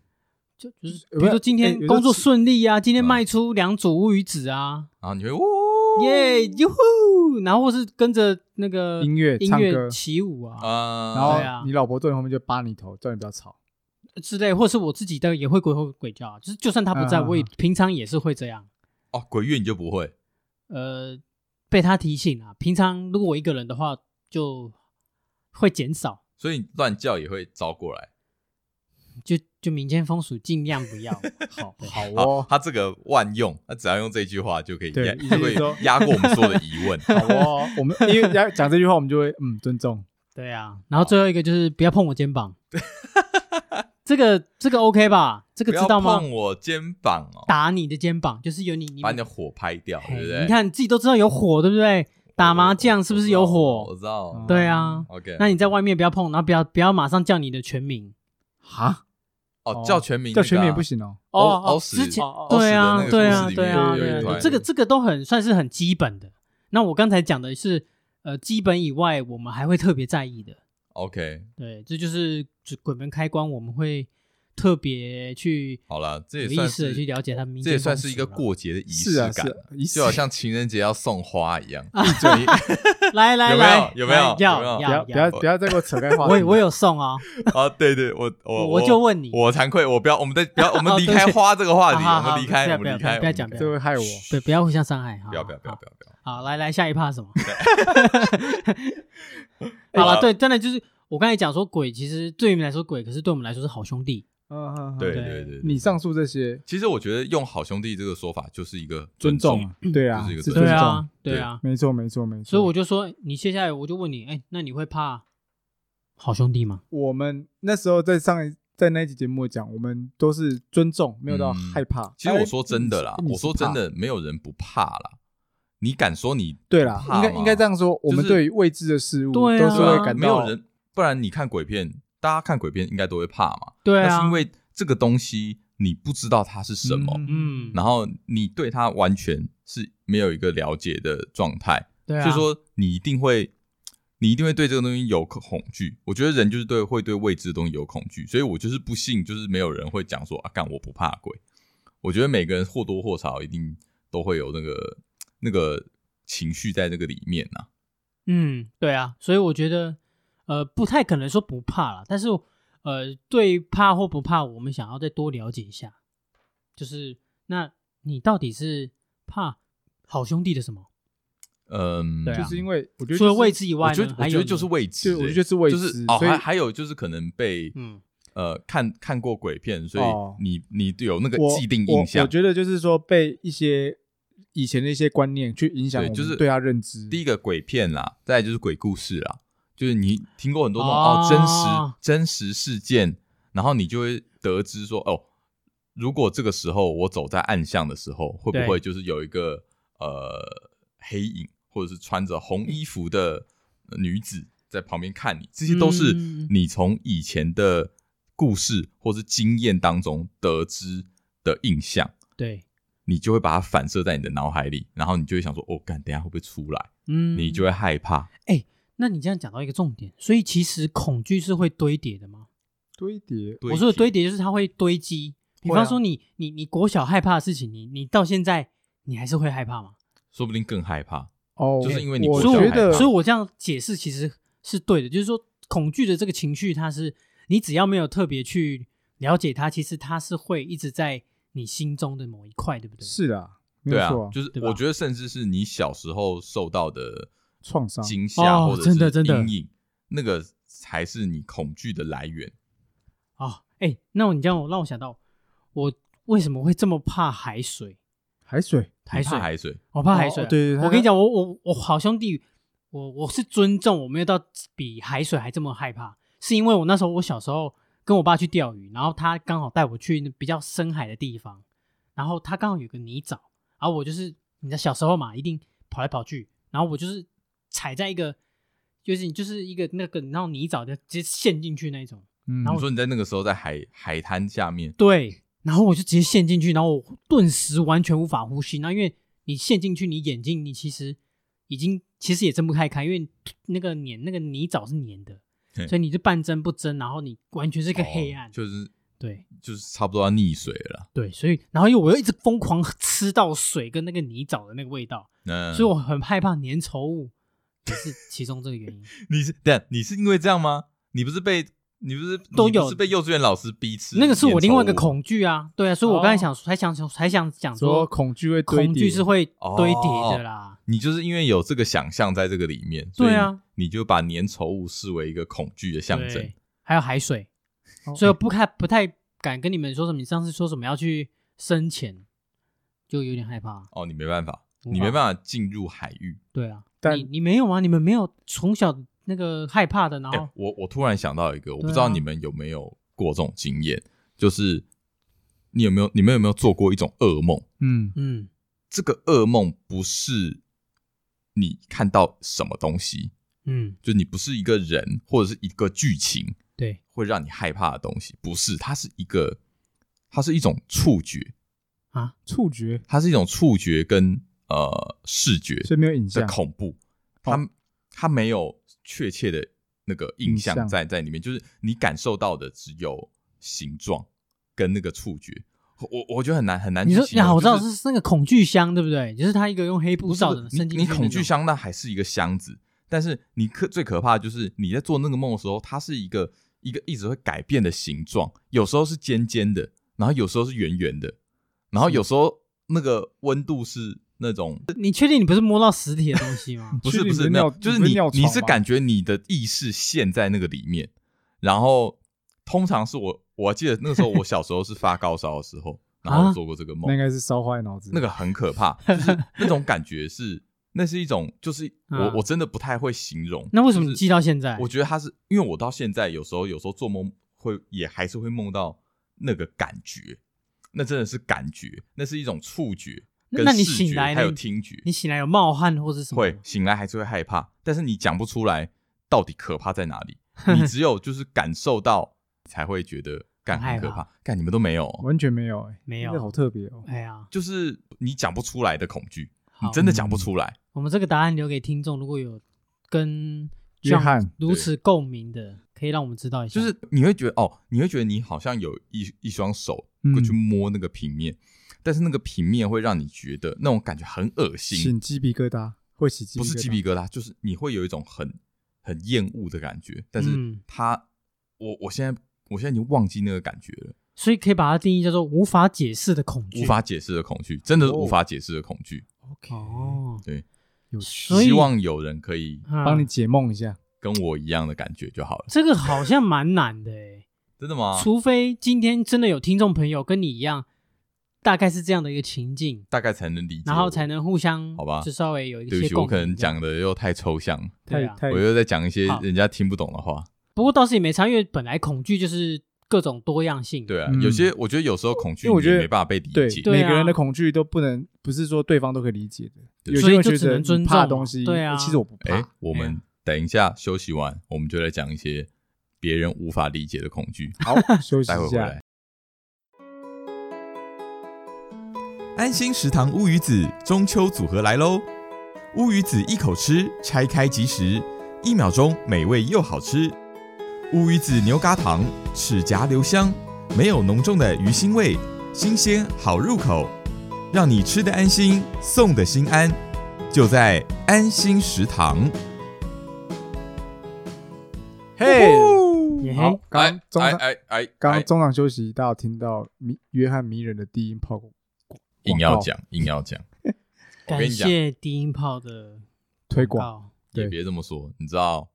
S3: 就就是，比
S1: 呃
S3: 如说今
S1: 不
S3: 天
S1: 是
S3: 工作顺利啊，今天
S2: 嗯
S3: 卖出两组乌鱼子啊，
S2: 然后你会呜，
S1: 哦
S3: 耶哟呼，然后或是跟着那个
S1: 音乐
S3: 音
S1: 唱
S3: 乐
S1: 歌，
S3: 起舞啊
S2: 啊，
S1: 然
S3: 对啊
S1: 后你老婆坐你后面就扒你头，叫你不要吵。
S3: 之类，或是我自己的也会鬼吼鬼叫啊，就是就算他不在，
S1: 嗯嗯嗯
S3: 我也平常也是会这样。
S2: 哦，鬼月你就不会
S3: 呃，被他提醒啊，平常如果我一个人的话，就会减少，
S2: 所以乱叫也会招过来。
S3: 就就民间风俗尽量不要。好，
S1: 好
S2: 好，
S1: 哦，
S2: 他这个万用，他只要用这句话就可以
S1: 对
S2: 压，
S1: 意思
S2: 就是可以
S1: 说
S2: 压过我们所有的疑问。
S1: 好哦， 我们因为要讲这句话，我们就会嗯尊重。
S3: 对啊，然后最后一个就是不要碰我肩 膀，这个这个 OK 吧？这个
S2: 不
S3: 知
S2: 要
S3: 道吗
S2: 碰？我肩膀哦，
S3: 打你的肩膀就是有你你
S2: 把你的火拍掉，
S3: 嘿
S2: 对不对？
S3: 你看你自己都知道有火，对不对？打麻将是不是有
S2: 我
S3: 火？
S2: 知道，我
S1: 嗯
S2: 知道。
S3: 对啊，
S2: OK，
S3: 那你在外面不要碰，然后不要不要马上叫你的全名。
S1: 哈，
S2: 哦叫全名，
S1: 叫全名不。行哦。
S2: 哦哦，
S3: 之前
S1: 哦
S3: 对啊，对啊，对
S2: 对
S3: 啊，
S1: 有一
S3: 对啊，
S1: 段
S3: 这个这个都很算是很基本的。那我刚才讲的是，呃，基本以外，我们还会特别在意的。
S2: OK，
S3: 对，这就是就鬼门开关，我们会特别去
S2: 好了，这
S3: 有
S2: 也
S3: 意
S2: 算
S3: 识的
S2: 是
S3: 去了解他们民
S2: 这
S3: 间
S2: 也
S3: 风俗啦。
S2: 算是一个过节的仪
S1: 是
S2: 式
S1: 啊，是
S2: 感，
S1: 啊仪式
S2: 就好像情人节要送花一样。
S3: 啊 来来
S2: 有没有
S3: 来，
S2: 有没有
S3: 来
S2: 有没
S3: 要
S2: 有
S1: 不要
S3: 要
S1: 不要
S3: 要！
S1: 不要再给我扯开话题。
S3: 我我有送啊，
S2: 啊，对对，我我
S3: 我就问你
S2: 我惭愧，我不要，我们再不要，我们
S3: 哦
S2: 离
S3: 对
S2: 开
S3: 不起
S2: 花这个话题，
S3: 好好
S2: 我
S3: 好
S2: 们离开，
S3: 不要
S2: 我
S3: 不
S2: 们
S3: 要
S2: 离开，
S3: 不要
S2: 我们
S3: 讲
S2: 离
S1: 这会害我。
S3: 对，不要互相伤害哈。
S2: 开不要不要不要
S3: 好
S2: 不要不要，
S3: 好，来来，下一趴是什么？
S2: 哎
S3: 好了，
S2: 好
S3: 对，真的就是我刚才讲说鬼，其实对你们来说鬼，可是对我们来说是好兄弟。
S1: 嗯，嗯嗯
S2: 对
S3: 对
S2: 对对，
S1: 你上述这些
S2: 其实我觉得用“好兄弟”这个说法就是一个
S1: 尊重
S2: 重，
S1: 啊，对啊，
S2: 这是一个
S1: 是
S2: 尊
S1: 尊
S3: 对
S1: 重
S3: 啊，，对啊，
S1: 没错没错没错。
S3: 所以我就说，你接下来我就问你，哎，那你会怕好兄弟吗？
S1: 我们那时候在上一在那一集节目讲，我们都是尊重，没有到
S2: 嗯
S1: 害怕。
S2: 其实我说真的啦
S1: 哎，你
S2: 我说真，的，没有人不怕啦。你敢说你
S1: 你是怕对啦
S2: 不，
S1: 应
S2: 怕
S1: 该
S2: 吗
S1: 应该这样说，我们
S2: 就是
S1: 对于未知的事物都
S3: 对
S1: 是
S3: 啊
S1: 会感到
S2: 没有人，不然你看鬼片，大家看鬼片应该都会怕嘛。
S3: 对
S2: 那
S3: 啊，
S2: 是因为这个东西你不知道它是什么，
S3: 嗯，
S2: 然后你对它完全是没有一个了解的状态，
S3: 对啊，
S2: 所以说你一定会，你一定会对这个东西有恐惧。我觉得人就是对会对未知的东西有恐惧，所以我就是不信，就是没有人会讲说啊，干我不怕鬼。我觉得每个人或多或少一定都会有那个那个情绪在这个里面啊呐、
S3: 嗯，对啊，所以我觉得，呃，不太可能说不怕啦，但是，呃，对于怕或不怕，我们想要再多了解一下，就是那你到底是怕好兄弟的什么？
S2: 嗯，
S3: 对啊
S1: 就是因为我觉得
S3: 除了
S1: 就是
S3: 未知以
S2: 我
S3: 外呢，
S2: 觉得我
S3: 还
S2: 觉
S3: 有
S2: 得就是
S3: 呢
S2: 未知、
S1: 就我
S2: 欸
S1: 觉得是未
S2: 就
S1: 知
S2: 是哦，
S1: 所以
S2: 还还有就是可能被、
S3: 嗯，
S2: 呃看看过鬼片，所
S1: 哦
S2: 以你、你有那个
S1: 我
S2: 既定
S1: 我
S2: 印象
S1: 我。觉得就是说被一些以前的一些观念去影响我
S2: 对，
S1: 们
S2: 就是
S1: 对他认知。
S2: 第一个鬼片啦，再来就是鬼故事啦，就是你听过很多那种
S3: 哦
S2: 哦真实真实事件，然后你就会得知说哦，如果这个时候我走在暗巷的时候，会不
S3: 对
S2: 会就是有一个呃黑影，或者是穿着红衣服的呃女子在旁边看你，这些都是
S3: 嗯
S2: 你从以前的故事或是经验当中得知的印象。
S3: 对，
S2: 你就会把它反射在你的脑海里，然后你就会想说，哦，干，等一下会不会出来？
S3: 嗯，
S2: 你就会害怕。
S3: 那你这样讲到一个重点，所以其实恐惧是会堆叠的吗？
S1: 堆叠，
S2: 对
S3: 我说的堆叠就是它会堆积，比
S1: 会啊
S3: 方说你你你国小害怕的事情，你你到现在你还是会害怕吗？
S2: 说不定更害怕。
S1: 哦，
S2: 就是因为你
S1: 我
S2: 国小
S1: 觉
S2: 害怕
S1: 得
S3: 所以我这样解释其实是对的，就是说恐惧的这个情绪，它是你只要没有特别去了解它，其实它是会一直在你心中的某一块，对不对？
S1: 是啦，没
S2: 对
S1: 有
S2: 啊
S1: 错，，
S2: 就是
S3: 对吧
S2: 我觉得甚至是你小时候受到的
S1: 创伤
S2: 惊吓
S3: 哦
S2: 或者
S3: 真的
S2: 是
S3: 真的
S2: 阴影，那个才是你恐惧的来源。
S3: 哦，哎，那你这样我让我想到，我为什么会这么怕海水？
S1: 海水
S3: 海
S2: 你怕
S3: 水，
S2: 海水，
S3: 我怕海水啊、
S1: 哦对对它
S3: 我跟你讲，我我我好兄弟，我我是尊重，我没有到比海水还这么害怕，是因为我那时候我小时候跟我爸去钓鱼，然后他刚好带我去比较深海的地方，然后他刚好有个泥沼，然后我就是你知道小时候嘛，一定跑来跑去，然后我就是踩在一个就是就是一个那个然后泥沼就直接陷进去那一种，
S1: 嗯
S3: 然后
S2: 你说你在那个时候在海海滩下面，
S3: 对，然后我就直接陷进去，然后我顿时完全无法呼吸。那因为你陷进去，你眼睛你其实已经其实也睁不开开，因为那个黏那个泥沼是黏的
S2: 嘿，
S3: 所以你就半睁不睁，然后你完全是一
S2: 这
S1: 哦
S3: 个黑暗。
S2: 哦就是
S3: 对
S2: 就是差不多要溺水了。
S3: 对，所以然后因为我又一直疯狂吃到水跟那个泥沼的那个味道，
S2: 嗯，
S3: 所以我很害怕粘稠物，也是其中这个原 因。
S2: 你是等下你是因为这样吗？你不是被你不是
S3: 都
S2: 你不
S3: 有
S2: 是被幼稚园老师逼吃？
S3: 那个是我另外一个
S2: 口。
S3: 恐惧啊，对啊，所以我刚才想才想才想讲
S1: 哦说
S3: 说，
S1: 恐惧会堆
S3: 恐惧
S1: 叠，
S3: 是会堆叠
S2: 哦
S3: 的啦。
S2: 你就是因为有这个想象在这个里面，所以
S3: 对啊，
S2: 你就把粘稠物视为一个恐惧的象征
S3: 对。还有海水，
S1: 哦
S3: 所以我不太不太敢跟你们说什么。你上次说什么要去深潜，就有点害怕。
S2: 哦，你没办法，
S3: 无法
S2: 你没办法进入海域。
S3: 对啊，
S1: 但
S3: 你你没有吗？你们没有从小那个害怕的，然
S2: 哎、
S3: 后
S2: 我我突然想到一个，我不
S3: 哦对啊
S2: 知道你们有没有过这种经验，就是你有没有你们有没有做过一种噩梦？
S1: 嗯，
S3: 嗯，
S2: 这个噩梦不是你看到什么东西，
S3: 嗯，
S2: 就你不是一个人或者是一个剧情
S3: 对，
S2: 会让你害怕的东西，不是，它是一个，它是一种触觉，
S1: 触觉，
S2: 它是一种触觉跟呃视觉
S1: 所以没有影
S2: 的
S1: 像，
S2: 恐怖，
S3: 哦
S2: 它它没有确切的那个印
S1: 印
S2: 象
S1: 象？
S2: 在在里面，就是你感受到的只有形状跟那个触觉。我我觉得很难很难
S3: 你
S2: 去
S3: 说
S2: 形容。
S3: 呀，我知道
S2: 就是
S3: 那个恐惧箱，对不对？就是他一个用黑布
S2: 不
S3: 罩的，
S2: 你
S3: 伸进
S2: 你
S3: 去
S2: 恐
S3: 那
S2: 惧
S3: 种，
S2: 箱那还是一个箱子，但是你可最可怕的就是你在做那个梦的时候，它是一个一个一直会改变的形状，有时候是尖尖的，然后有时候是圆圆的，然后有时候那个温度是那种
S3: 你确定你不是摸到实体的东西吗
S2: 不
S1: 确
S2: 是
S1: 定
S2: 不
S1: 你
S2: 是
S1: 是
S2: 没有，
S1: 尿
S2: 就是
S1: 你是
S2: 你
S1: 尿
S2: 你
S1: 床
S2: 是
S1: 吗
S2: 感觉你的意识陷在那个里面，然后通常是我我记得那个时候我小时候是发高烧的时候，然后
S3: 啊
S2: 我做过这个梦
S1: 那应，该是烧坏脑子，
S2: 那个很可怕，就是那种感觉是，那是一种，就是我、
S3: 嗯
S2: 我真的不太会形容。
S3: 那为什么
S2: 就
S3: 你
S2: 是
S3: 记到现在？
S2: 我觉得它是因为我到现在有时候有时候做梦会也还是会梦到那个感觉，那真的是感觉，那是一种触觉，
S3: 那
S2: 跟
S3: 那你
S2: 视
S3: 醒
S2: 觉
S3: 来
S2: 还
S3: 呢
S2: 有听觉，
S3: 你醒来有冒汗或是什么？
S2: 会醒来还是会害怕，但是你讲不出来到底可怕在哪里，你只有就是感受到才会觉得干
S3: 很害
S2: 很可
S3: 怕
S2: 怕，干你们都没有哦，
S1: 完全没有，哎，
S3: 没
S1: 这个
S3: 有
S1: 好？特别哦，
S3: 哎呀，
S2: 就是你讲不出来的恐惧，你
S3: 好
S2: 真的讲不出来。
S3: 我们这个答案留给听众，如果有跟
S1: 约翰
S3: 如此共鸣的，可以让我们知道一下。嗯
S2: 就是你会觉得哦，你会觉得你好像有一一双手
S1: 嗯
S2: 会去摸那个平面，但是那个平面会让你觉得那种感觉很恶心，
S1: 起鸡皮疙瘩，会起鸡
S2: 不
S1: 皮疙瘩，
S2: 是鸡皮疙瘩，就是你会有一种很很厌恶的感觉。但是
S3: 嗯
S2: 它，我我现在我现在已经忘记那个感觉了，
S3: 所以可以把它定义叫做无法解释的恐惧。
S2: 无法解释的恐惧，真的是无法解释的恐惧。
S1: ，OK，
S3: 哦，
S1: 有
S3: 所以
S2: 希望有人可以
S3: 啊
S1: 帮你解梦一下，
S2: 跟我一样的感觉就好了。
S3: 这个好像蛮难 的诶，
S2: 真的吗？
S3: 除非今天真的有听众朋友跟你一样，大概是这样的一个情境，
S2: 大概才能理解我，
S3: 然后才能互相
S2: 好吧
S3: 就稍微有一些
S2: 对不起，
S3: 共
S2: 我
S3: 鸣
S2: 可能
S3: 这样
S2: 讲的又太抽象，
S1: 太
S3: 对啊。
S1: 太
S2: 我又在讲一些
S3: 好
S2: 人家听不懂的话。
S3: 不过倒是也没差，因为本来恐惧就是各种多样性。
S2: 对啊，
S1: 嗯
S2: 有些我觉得有时候恐惧
S1: 因为我觉得
S2: 你也没办法被理
S1: 对
S2: 解，
S3: 对
S1: 每
S3: 啊
S1: 个人的恐惧都不能，不是说对方都可以理解的，
S2: 对
S1: 有
S3: 所
S1: 些
S3: 以
S1: 人
S3: 就
S1: 觉
S3: 只能
S1: 得
S3: 尊
S1: 你怕
S3: 重嘛
S1: 东西，
S3: 对啊
S1: 其实我不
S2: 哎
S1: 怕，，
S2: 我
S3: 哎
S2: 们
S3: 呀
S2: 等一下休息完，我们就来讲一些别人无法理解的
S1: 哎
S2: 恐惧。
S1: 好，休息
S2: 待会
S1: 一
S2: 回
S1: 下
S2: 来。
S4: 安心食堂乌鱼子中秋组合来喽！乌鱼子一口吃，拆开即食，一秒钟美味又好吃。乌鱼子牛轧糖，齿颊留香，没有浓重的鱼腥味，新鲜好入口，让你吃的安心，送的心安，就在安心食堂。
S1: 嘿，
S3: 耶
S1: 好，刚
S2: 哎
S1: 中
S2: 哎
S1: 场
S2: 哎哎，
S1: 刚刚
S2: 哎
S1: 中场休息，大家听到迷约翰迷人的低音炮广告
S2: 硬要讲硬要 讲，我跟
S3: 感
S2: 你讲
S3: 谢低音炮的
S1: 推
S3: 广
S1: 广，
S3: 告，
S2: 也
S1: 对
S2: 别这么说，你知道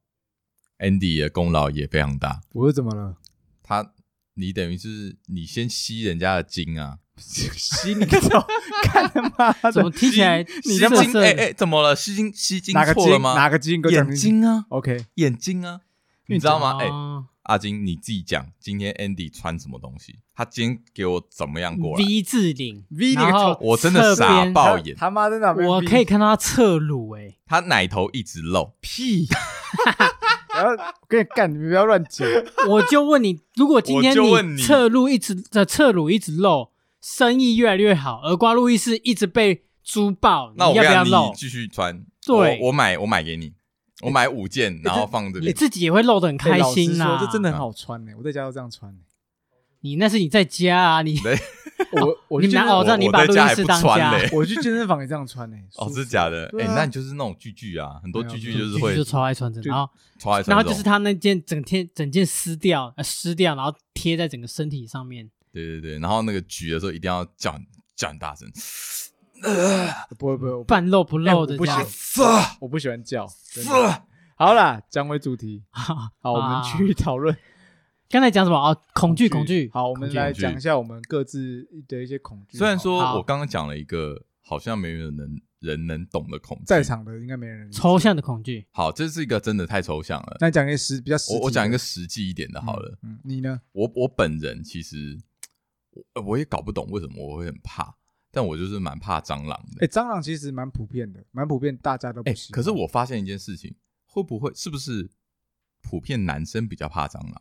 S2: Andy 的功劳也非常大，
S1: 我又怎么 了？
S2: 他你等于是你先吸人家的精啊，
S1: 吸你个头，看他妈
S3: 怎么
S1: 的，
S3: 听起来
S2: 吸
S3: 涩
S2: 精
S3: 涩
S2: 哎
S3: 的？
S2: 哎，怎么了？吸精吸精
S1: 哪个
S2: 错了
S1: 金
S2: 吗？
S1: 哪个金？啊给我讲清楚
S2: 眼睛啊，
S1: ？OK，
S2: 眼睛啊，你知道吗？哎、
S3: 哦
S2: 阿金，你自己讲，今天 Andy 穿什么东西？他今天给我怎么样过来？
S3: V 字领
S1: V
S3: 然后
S2: 我真的
S3: 侧
S2: 傻
S3: 边
S2: 爆眼，
S1: 他妈在哪边？
S3: 我可以看到他侧乳哎、
S2: 他奶头一直露，
S1: 屁， 然后我跟你干，你们不要乱讲。
S3: 我就问你，如果今天
S2: 我就问你
S3: 侧乳一直的侧乳一直漏，生意越来越好，而瓜路易斯一直被猪爆，
S2: 那我
S3: 要不要
S2: 跟你讲
S3: 漏
S2: 你？继续穿，
S3: 对
S2: 我我买我买给你，我买五
S1: 哎
S2: 件，然后放这
S3: 你
S2: 边。
S3: 自己也会漏得很开心啦、
S2: 啊
S1: 老实说这真的很好穿呢、我在家都这样穿、欸。
S3: 你那是你在家啊，你
S2: 对
S1: 我我去
S3: 你
S1: 健
S3: 拿
S1: 身
S3: 哦，这样你
S2: 我
S3: 把
S2: 在
S3: 路
S2: 家
S3: 易
S2: 还
S3: 斯
S2: 不
S3: 当
S2: 穿
S3: 家，
S2: 嘞
S1: 我去健身房也这样穿呢、欸。
S2: 哦，
S1: 舒服
S2: 是假的，
S1: 对
S2: 哎、
S1: 啊
S2: 那你就是那种巨巨啊，很多巨巨
S1: 没有
S2: 就是
S3: 就
S2: 会
S3: 就超爱穿这个，
S1: 就
S3: 然后
S2: 超爱穿
S3: 然后
S2: 这
S3: 就是
S2: 种
S3: 他那件整天整件撕掉，呃撕掉，然后贴在整个身体上面。
S2: 对对对，然后那个举的时候一定要叫很叫很 大声，
S1: 不会不会，我不
S3: 半露不露的
S1: 哎我
S3: 这
S1: 不
S3: 样
S1: 行。
S2: 是
S1: 我不喜欢叫。 真
S2: 是
S1: 的，好啦，讲回主 题。好，我们
S3: 啊
S1: 去讨论
S3: 刚才讲什么？哦，恐惧，恐惧。
S1: 好，我们来
S2: 恐惧
S1: 讲一下我们各自的一些恐惧。
S2: 虽然说
S3: 好
S2: 我刚刚讲了一个好像没有能人能懂的恐惧，
S1: 在场的应该没人理解
S3: 抽象的恐惧，
S2: 好，这是一个真的太抽象了。
S1: 那讲一个实比较实
S2: 我
S1: 体
S2: 我
S1: 的
S2: 讲一个实际一点的好了，
S1: 嗯，嗯你呢？
S2: 我我本人其实呃我我也搞不懂为什么我会很怕，但我就是蛮怕蟑螂的
S1: 哎，。蟑螂其实蛮普遍的，蛮普遍，大家都不
S2: 哎、
S1: 喜欢
S2: 可是我发现一件事情，会不会是不是普遍男生比较怕蟑螂，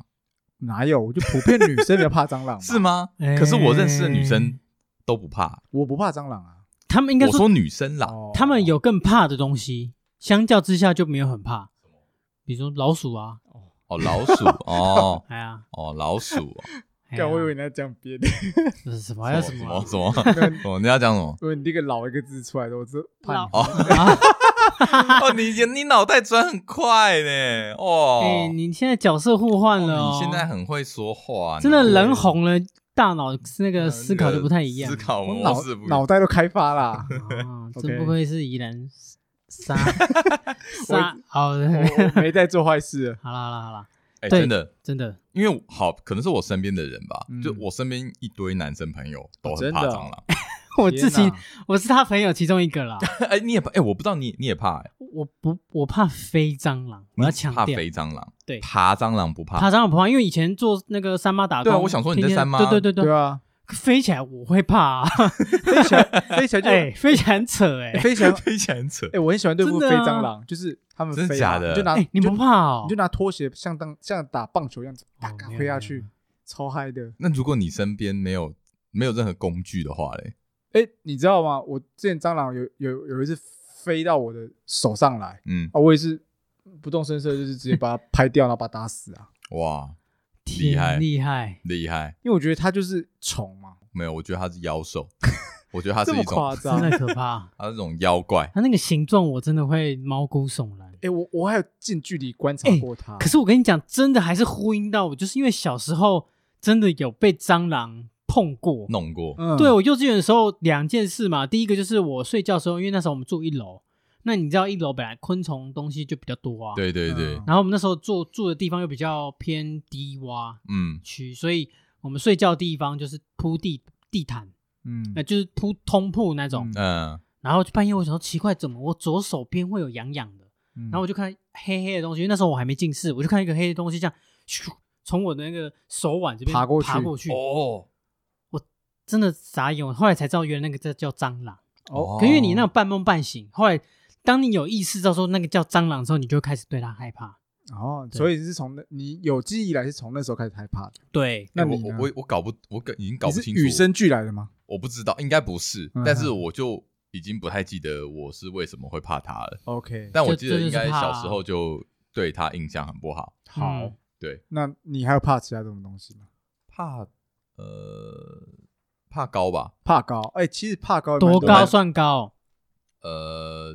S1: 哪有？我就普遍女生比较怕蟑螂，
S2: 是？吗？
S3: 哎
S2: 可是我认识的女生都不怕。
S1: 我不怕蟑螂啊。
S3: 他们应该
S2: 我说女生啦，
S1: 哦
S3: 他们有更怕的东西，相较之下就没有很怕。比如说老鼠啊，
S2: 哦，老鼠，哦
S3: 哎呀，
S2: 哦，老鼠， 哦
S3: 哎呀
S1: 干，我以为你要讲别 的，
S3: 这是什么？还有什
S2: 什
S3: 么
S2: 么
S3: 啊？
S2: 什么什么？你要讲什么？
S1: 因为你这个“老”一个字出来的，我这怕
S3: 老
S1: 你。
S3: 啊！
S2: 哦，你你脑袋转很快呢，哦，
S3: 哎，你现在角色互换了哦，
S2: 你现在很会说话呢，
S3: 真的人红了，大脑那个思考就不太一样。
S2: 思。考
S1: 我
S2: 模
S1: 脑
S2: 式不一样
S1: 脑袋都开发啦
S3: 啊，
S1: OK
S3: 真不愧是宜兰杀杀好的，
S1: 我我没在做坏事了。
S3: 好了好了好了，
S2: 哎，
S3: 对
S2: 真的，
S3: 真的
S2: 因为好，可能是我身边的人吧，
S1: 嗯
S2: 就我身边一堆男生朋友都
S1: 真
S2: 很
S1: 的
S2: 怕
S1: 哦
S2: 蟑螂。
S3: 我自己
S1: 天哪
S3: 我是他朋友其中一个啦，
S2: 哎、你也怕？哎、我不知道你你也怕、哎，
S3: 我不我怕飞蟑螂，我
S2: 你
S3: 要强
S2: 怕
S3: 调。
S2: 肥蟑螂，
S3: 对
S2: 爬蟑螂不怕。
S3: 爬蟑螂不怕，因为以前做那个三妈打工。
S2: 对啊我想说你在
S3: 天天
S2: 三妈
S3: 对对对
S1: 对
S3: 对，
S1: 啊，
S3: 飞起来我会怕， 啊，
S1: 飞起来，飞起来就
S3: 哎，飞起来很扯哎。
S1: 飞起来。
S2: 飞起来很扯。
S1: 哎，我很喜欢对付
S3: 真
S1: 飞
S3: 的啊
S1: 蟑螂，就是他们
S2: 真的
S1: 飞
S2: 假
S1: 啊
S2: 的
S1: 你就拿
S3: 哎，你
S1: 就
S3: 不怕哦
S1: 你就？拿拖鞋像当像打棒球一样子，嘎嘎
S3: 没有
S1: 飞下
S3: 没有
S1: 去
S3: 没有，
S1: 超嗨的。
S2: 那如果你身边没有没有任何工具的话嘞，
S1: 哎，你知道吗？我之前蟑螂有有有一次飞到我的手上来
S2: 嗯，
S1: 啊，我也是不动声色，就是直接把它拍掉，然后把它打死啊。
S2: 哇，
S3: 挺
S2: 厉害
S3: 厉害，
S2: 厉害！
S1: 因为我觉得它就是虫嘛，
S2: 没有，我觉得它是妖兽，我觉得它
S1: 这
S2: 是
S1: 么
S2: 一种。
S1: 夸
S3: 真
S1: 张。
S3: 的可怕啊
S2: 它是一种妖怪。
S3: 它那个形状我真的会毛骨悚然。
S1: 哎，我我还有近距离观察
S3: 哎
S1: 过它，
S3: 可是我跟你讲，真的还是呼应到我，就是因为小时候真的有被蟑螂碰过。
S2: 弄过，
S1: 嗯
S3: 对我幼稚园的时候两件事嘛，第一个就是我睡觉的时候，因为那时候我们住一楼，那你知道一楼本来昆虫东西就比较多啊。。
S2: 对对对，
S1: 嗯
S3: 然后我们那时候住住的地方又比较偏低洼
S2: 嗯，
S3: 区，所以我们睡觉的地方就是铺地地毯，
S1: 嗯
S3: 呃，就是铺通铺那种。
S1: 嗯
S2: 嗯，
S3: 然后半夜我想说奇怪，怎么我左手边会有痒痒的？
S1: 然
S3: 然后我就看黑黑的东西，因为那时候我还没近视，我就看一个黑的东西这样，咻，从我的那个手腕这边
S1: 爬过去
S3: 爬过去，
S2: 哦，
S3: 真的傻眼。我后来才知道，原来那个叫叫蟑螂。
S1: 哦
S3: 可因为你那种半梦半醒，后来当你有意识到说那个叫蟑螂之后，你就开始对它害怕。
S1: 哦，
S3: 对
S1: 所以是从那你有记忆以来是从那时候开始害怕的。
S3: 对，
S1: 那
S2: 我
S1: 你
S2: 我
S1: 呢
S2: 我我搞不，我搞已经搞
S1: 你
S2: 不
S1: 是
S2: 清楚，
S1: 与生俱来的吗？
S2: 我不知道，应该不是
S1: 嗯，
S2: 但是我就已经不太记得我是为什么会怕他了。
S1: OK，
S2: 但我
S3: 这
S2: 记得
S3: 这就
S2: 应
S3: 是
S2: 该
S3: 怕
S2: 小
S3: 啊
S2: 时候就对他印象很不好，
S3: 嗯
S1: 好，
S2: 对，
S1: 那你还有怕其他这种东西吗？
S2: 怕呃怕高吧，
S1: 怕高？哎，其实怕高也蛮
S3: 多
S1: 的
S3: 高算高？
S2: 呃，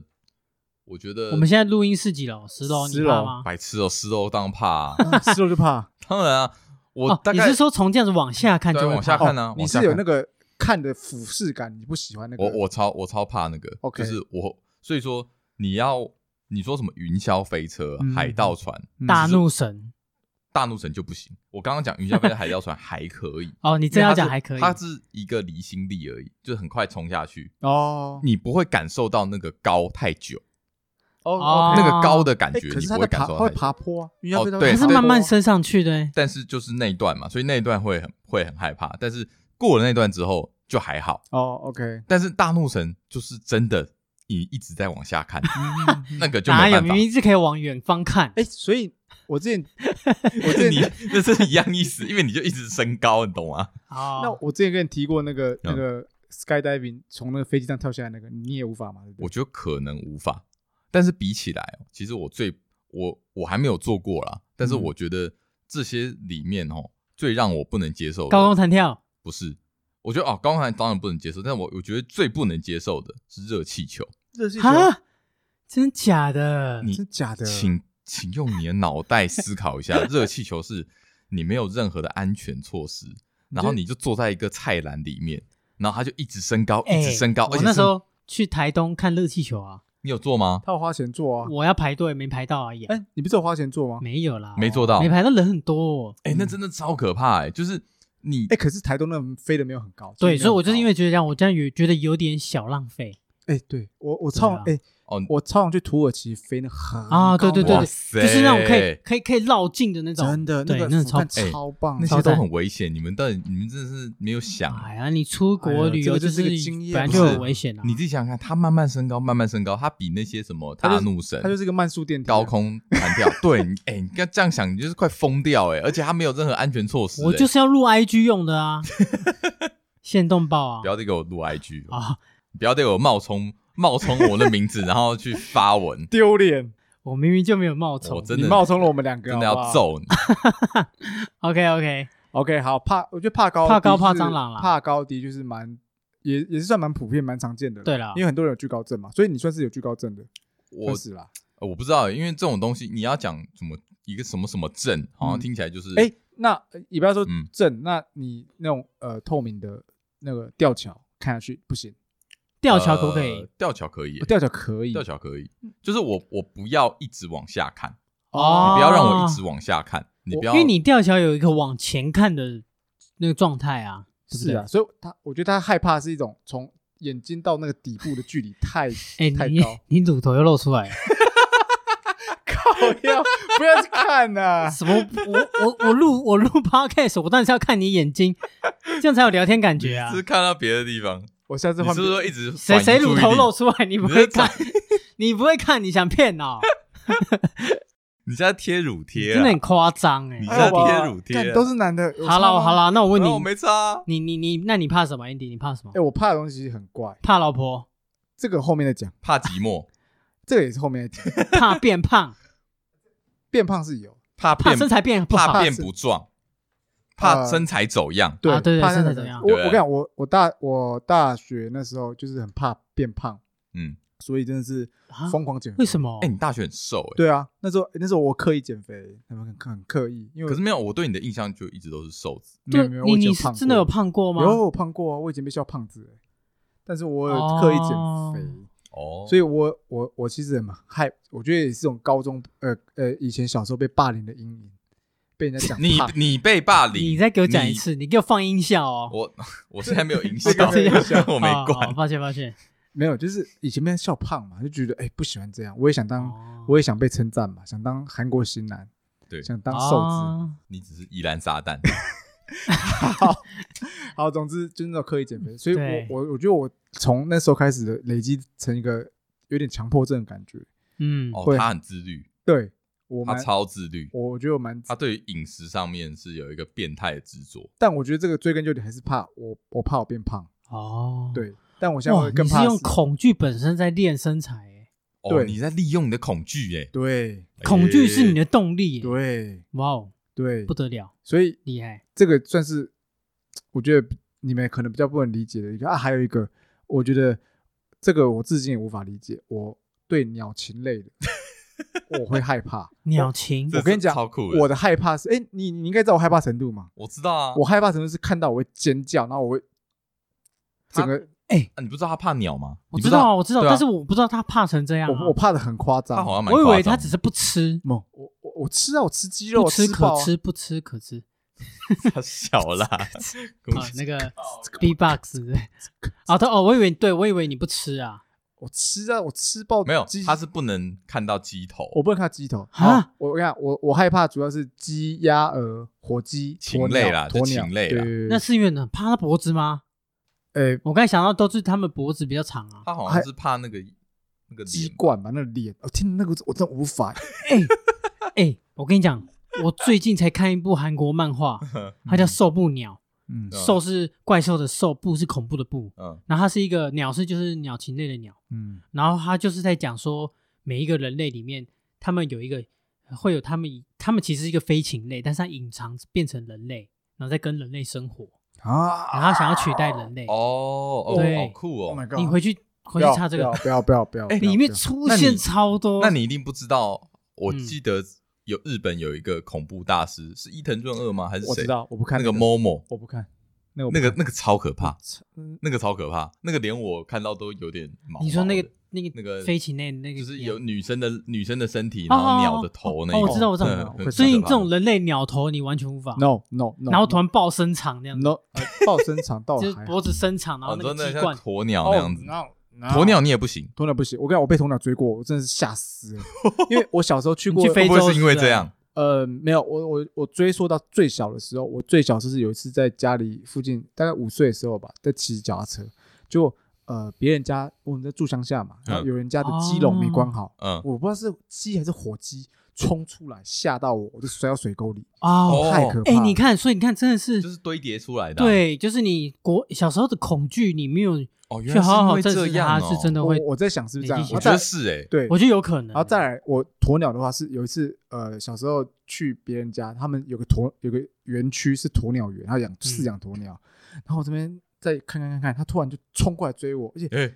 S2: 我觉得
S3: 我们现在录音是几楼？哦十楼，你
S1: 十
S3: 怕
S1: 楼
S3: 吗？
S2: 白痴哦，十楼当然怕啊、
S1: 啊是我就怕。
S2: 当然啊，我
S3: 哦
S2: 大
S3: 你
S2: 概、
S3: 是说从这样子往下看就
S2: 对
S3: 会
S2: 往下
S3: 怕
S2: 看呢、
S1: 哦
S2: 往
S1: 你
S2: 下
S1: 是有
S2: 看
S1: 那个看的俯视感，你不喜欢那个？
S2: 我我超我超怕那个
S1: OK
S2: 就是我，所以说你要你说什么云霄飞车、
S1: 嗯
S2: 海盗船、
S1: 嗯
S3: 大怒神？
S2: 大怒神就不行。我刚刚讲云霄飞车、海盗船还可以，
S3: 哦，你
S2: 你
S3: 这样讲还可以。
S2: 它是一个离心力而已，就是很快冲下去，
S1: 哦
S2: 你不会感受到那个高太久，
S1: 哦
S3: 哦，
S2: 那个高的感
S1: 哎，
S2: 觉
S1: 可
S2: 你
S1: 是
S2: 不
S1: 他在
S2: 会感
S1: 爬，
S2: 受
S1: 他
S2: 到
S1: 会
S2: 太久。
S1: 爬坡啊，因为它
S2: 哦
S1: 在
S2: 对
S3: 它是
S1: 爬坡啊
S3: 慢慢升上去的欸。
S2: 但是就是那一段嘛，所以那一段会很会很害怕，但是过了那段之后就还好。
S1: 哦，OK，
S2: 但是大怒神就是真的，你一直在往下看， 那个就
S3: 嗯哪
S2: 没
S3: 有？
S2: 办法
S3: 明。明是可以往远方 看。
S1: 哎，所以我 之前我
S2: 这
S1: 之
S2: 你
S1: 前
S2: 这是一样意思，因为你就一直升高，你懂吗？
S1: 那
S3: 哦，
S1: 我之前跟你提过那
S3: 嗯
S1: 个那个 skydiving 从那个飞机上跳下来那个，你也无法嘛？对不对
S2: 我觉得可能无法，但是比起来哦，其实我最我我还没有做过啦，但是
S1: 嗯
S2: 我觉得这些里面哦，最让我不能接受的
S3: 高空弹跳
S2: 不是，我觉得哦，高空弹当然不能接受，但我我觉得最不能接受的是热气球，
S1: 热气球
S3: 啊？真假的？
S2: 你
S1: 真假
S3: 啊
S1: 的？
S2: 请 请用你的脑袋思考一下，热气球是你没有任何的安全措施，然后你就坐在一个菜篮里面，然后它就一直升高，一直
S3: 哎
S2: 升高，而
S3: 我
S2: 且
S3: 那
S2: 是
S3: 时候去台东看热气球啊，
S2: 你有做吗？
S1: 他要花钱做啊？
S3: 我要排队没排到而已。
S1: 哎，你不是有花钱做吗？
S3: 没有啦，
S2: 没做到
S3: 没排到人很多哦。
S2: 哎、那真的超可怕哎、就是你
S1: 哎，可是台东那飞的没有哦很高，
S3: 对，
S1: 没有
S3: 所以我
S1: 很
S3: 就是
S1: 高
S3: 因为觉得这样，我这样有觉得有点小浪费
S1: 哎，对我我超
S3: 对
S1: 哎
S2: 哦
S1: 我超想去土耳其飞那很
S3: 啊！对
S1: 高
S3: 对
S1: 的
S3: 对
S2: 哇
S3: 对，
S2: 塞
S3: 就是那种可以可以可以绕近的那种，
S1: 真的
S3: 对，
S1: 那
S3: 那
S1: 个
S3: 种
S1: 俯
S3: 嗯超哎
S1: 瞰超棒，
S2: 那
S1: 超
S2: 些
S3: 赞
S2: 都很危险，你们到底你们真的是没有想，
S3: 哎呀，你出国旅
S1: 哎呀这
S3: 游
S1: 个就是
S3: 是
S1: 个经验
S3: 本来
S1: 嘛
S3: 就有危险啊。
S2: 你自己想想看，它慢慢升高，慢慢升高，它比那些什么
S1: 它就
S2: 大
S1: 是
S2: 怒神
S1: 它。就是个慢速电梯啊，
S2: 高空弹跳，对，你哎、你刚这样想，你就是快疯掉哎、而且它没有任何安全措施、哎
S3: 我就是要录 IG 用的啊，限动报啊
S2: 不要再给我录 IG，、哦、
S3: 啊！
S2: 不要再给我冒充冒充我的 名字，然后去发文，
S1: 丢脸，
S3: 我明明就没有冒充
S2: 我真
S1: 你
S2: 的
S1: 冒充了我们两个，
S2: 真的要
S3: 啊
S1: 走。
S2: 揍 你。
S3: OK OK，
S1: OK，好怕，我觉得怕高的
S3: 怕高怕
S1: 就是
S3: 蟑螂啦
S1: 怕高的就是蛮也也是算蛮普遍、蛮常见的啦。
S3: 对啦
S1: 因为很多人有惧高症嘛，所以你算是有惧高症的，
S2: 我
S1: 算是啦。
S2: 呃我不知道，因为这种东西你要讲什么一个什么什么证，好
S1: 嗯
S2: 像听起来就是
S1: 哎，那呃也不要说
S2: 嗯
S1: 症，那你那种呃透明的那个吊桥看下去不行，哦
S3: 吊桥可不可以
S2: 呃？吊桥可以、
S3: 哦
S1: 吊桥可以，
S2: 吊桥可以，就是我我不要一直往下看，
S3: 哦
S2: 你不要让我一直往下看，你不
S3: 因
S2: 要，
S3: 为你吊桥有一个往前看的那个状态啊，对不
S1: 是
S3: 对
S1: 啊，？所以他我觉得他害怕是一种从眼睛到那个底部的距离太
S3: 哎，
S1: 太
S3: 你
S1: 高，
S3: 你乳头又露出来了。
S1: 不要不要去看 呐。
S3: 什么？我我我录我录 podcast，我当然是要看你眼睛，这样才有聊天感觉啊
S2: 你是。看到别的地方，
S1: 我下次
S2: 你
S1: 换
S2: 是不是说一直
S3: 谁
S2: 转
S3: 谁
S2: 移注
S3: 乳
S2: 意
S3: 头
S2: 力
S3: 露？出来，你不
S2: 你
S3: 会
S2: 在
S3: 看，你不会看，你想骗哦？
S2: 你现在贴乳贴、啊，
S3: 真的很夸张哎
S2: 你。
S1: 还有
S2: 这样
S1: 吧
S2: 贴乳贴啊
S1: 干都是男的。有
S3: 好
S1: 差
S3: 了
S1: 吗
S3: 好，了，那我问
S2: 然
S3: 你
S2: 后我，没差啊、
S3: 你你你，那你怕什么？Andy，你怕什么
S1: 哎，？我怕的东西其实很怪，
S3: 怕老婆，
S1: 这个后面再讲。
S2: 怕寂寞，
S1: 这个也是后面的题
S3: 怕变胖，
S1: 变胖是有，
S2: 怕
S3: 怕
S2: 变
S3: 身材变不
S2: 怕
S3: 好。
S2: 变不壮，怕
S1: 呃
S2: 身材走样。
S1: 对
S3: 啊对对
S1: 怕那
S3: 身材
S1: 个
S3: 怎样
S1: 我我
S2: 对
S1: 跟你讲，我我大我大学那时候就是很怕变胖，
S2: 嗯，
S1: 所以真的是
S3: 啊
S1: 疯狂减肥。
S3: 为什么
S2: 哎、？你大学很瘦
S1: 哦
S2: 哎、
S1: 对啊，那时候那时候我刻意减肥，很很很刻意，因为
S2: 可是没有，我对你的印象就一直都是瘦子。
S1: 没
S3: 对
S1: 有没有，
S3: 你
S1: 我以前
S3: 你
S1: 有
S3: 是
S1: 胖
S3: 真的有
S1: 过
S3: 胖过吗？
S1: 有我胖过啊，我以前被笑胖子欸，但是我有刻意减肥，
S2: 哦，
S1: 所以
S2: 以
S1: 我我我其实很害，我觉得也是种高中呃呃以前小时候被霸凌的阴影，被人家讲
S2: 你
S1: 胖
S2: 你被霸凌，
S3: 你再给我讲一
S2: 你。
S3: 次，你给我放音效哦。
S2: 我我现在没有 影响
S1: 这个没有影响，
S2: 我没
S3: 哦
S2: 关
S3: 好。抱歉抱歉。
S1: 没有，就是以前被人家笑胖嘛，就觉得哎不喜欢这样，我也想当
S3: 哦
S1: 我也想被称赞嘛，想当韩国型男，
S2: 对
S1: 想当瘦子。
S3: 哦
S2: 你只是依然撒 旦，
S1: 好，总之就是那种刻意减肥，所以我
S3: 对
S1: 我我觉得我从那时候开始的累积成一个有点强迫症的感觉。
S3: 嗯，
S2: 哦，
S1: 会
S2: 他很自律，
S1: 对我
S2: 他
S1: 蛮，
S2: 超自律，
S1: 我觉得我蛮，
S2: 他对于饮食上面是有一个变态的执着。
S1: 但我觉得这个追根究底还是怕我，我怕我变胖。
S3: 哦，，
S1: 对，但我现在
S3: 哇，
S1: 会更
S3: 你
S1: 怕
S3: 是
S1: 死
S3: 用恐惧本身在练身材耶，
S2: 哦，
S1: 对
S2: 你在利用你的恐惧欸耶，
S1: 对
S3: 恐惧是你的动力耶，
S1: 哎对
S3: 哇哦，
S1: 对
S3: 不，得了，
S1: 所以
S3: 厉害，
S1: 这个算是我觉得你们可能比较不能理解的一个啊。还有一个，我觉得这个我至今也无法理解，我对鸟禽类的我会害 怕。
S3: 鸟禽
S2: 哎这
S1: 我跟你讲
S2: 超酷
S1: 我
S2: 的，
S1: 的害怕是，哎、你你应该知道我害怕程度嘛？
S2: 我知道啊，
S1: 我害怕程度是看到我会尖叫，然后我会整个
S2: 啊你不知道他怕鸟吗？
S3: 我
S2: 你不
S3: 知道啊，我知道，
S2: 对啊
S3: 但是我不知道他怕成这样啊、
S1: 我我怕的很夸
S2: 他
S1: 张。
S2: 好像蛮
S3: 我以为
S2: 夸张
S3: 他只是不吃，
S1: 猛，我我我吃啊，我吃鸡肉，
S3: 不
S1: 我
S3: 吃
S1: 爆
S3: 可
S1: 啊
S3: 吃，不吃可吃
S2: 他小 啦，跟我
S3: 啊，那个 B box 啊，他哦，我以为对，我以为你不吃啊，
S1: 我吃啊，我吃爆
S2: 没有
S1: 鸡，
S2: 他是不能看到鸡头，
S1: 我不能看鸡头
S3: 啊
S1: 啊！我跟你讲，我我害怕主要是鸡、鸭、鹅、火鸡、
S2: 禽
S1: 鸵鸟
S2: 类啦
S1: 鸵
S2: 就
S1: 鸟
S2: 禽类
S1: 对
S2: 啦
S1: 对对
S3: 那是因为呢怕他脖子吗？
S1: 呃
S3: 我刚才想到都是他们脖子比较长啊，
S2: 他好像是怕那个那个
S1: 鸡
S2: 脸
S1: 冠吧，那个脸，我天，那个我真的无 法。
S3: 哎、我跟你讲，我最近才看一部韩国漫画，它叫《兽步鸟
S1: 嗯》，
S2: 嗯
S3: 兽是怪兽的兽，步是恐怖的步，
S2: 嗯
S3: 然后它是一个鸟是就是鸟禽类的鸟，
S1: 嗯
S3: 然后它就是在讲说每一个人类里面，他们有一个会有他们，他们其实是一个飞禽类，但是它隐藏变成人类，然后再跟人类生活，然
S1: 啊
S3: 后它想要取代人类。
S2: 哦哦，
S3: 对
S2: 好酷
S1: ！Oh
S2: 哦
S1: my！god！
S3: 你回去
S1: 不
S3: 回去
S1: 要
S3: 查这个，哎
S1: 不要不要不要不要，
S3: 里面
S1: 不要
S3: 出
S2: 那你
S3: 现超多。
S2: 那你一定不知道，我
S3: 嗯
S2: 记得有日本有一个恐怖大师是伊藤润二吗？还是
S1: 我
S2: 谁
S1: 知？道，我不看
S2: 那个
S1: 猫，
S2: Momo，
S1: 我不看那个我不
S2: 那个
S1: 看
S2: 那个超可怕，
S1: 嗯
S2: 那个超可怕，那个连我看到都有点毛毛的。
S3: 你说那个那个
S2: 哦那个
S3: 飞禽类那个
S2: 就是
S3: 鸟
S2: 有女生的女生的身体，然后鸟的头那一种
S3: 哦哦哦我知道我知
S2: 嗯
S3: 道
S1: 我知道
S2: 很
S3: 所以你
S2: 可
S3: 这
S2: 怕
S3: 种人类鸟头，你完全无法。
S1: no no no，
S3: 然后突然爆伸长那样子，
S1: no 呃抱身 长到
S3: 就是脖子伸长，然后
S2: 哦，你
S3: 那
S2: 说
S3: 个
S2: 那
S3: 鸡
S2: 像
S3: 冠，哦
S2: 鸵鸟那样子，鸵
S1: 鸵
S2: 鸟你也不行，
S1: 鸵鸟不行，我跟你讲，我被鸵鸟追过，我真的是吓死了，因为我小时候去过
S3: 你去非
S2: 会
S3: 洲
S2: 不会是因为
S3: 是不是
S2: 这样？
S1: 呃，没有，我我我追溯到最小的时候，我最小就是有一次在家里附近，大概五岁的时候吧，在骑脚踏车，就呃别人家我们在住乡下嘛，然后有人家
S3: 哦
S1: 的鸡笼没关好，
S2: 嗯，
S1: 我不知道是鸡还是火鸡冲出来吓到我，我就摔到水沟里，
S3: 哦，
S2: 哦
S1: 太可怕
S3: 哎
S1: 了。，
S3: 你看，所以你看，真的
S2: 就是是堆叠出来的啊。
S3: 对，就是你国小时候的恐惧，你没有去
S2: 哦，原来是
S3: 好
S2: 因
S3: 好
S2: 为
S3: 正
S2: 这
S3: 视
S2: 样
S3: 它，
S2: 哦
S3: 是真的
S1: 我
S3: 会，
S1: 我在想是不是这样
S3: 累积，起
S2: 我
S3: 来
S1: 然后
S2: 觉
S1: 再
S2: 得
S1: 来
S2: 是哎，
S1: 对，
S3: 我觉得有可能。
S1: 然后再来，我鸵鸟的话是有一次，呃，小时候去别人家，他们有个鸵有个园区是鸵鸟园，他养
S3: 嗯
S1: 饲养鸵鸟，然后我这边再看看看看，他突然就冲过来追我，而且
S2: 哎，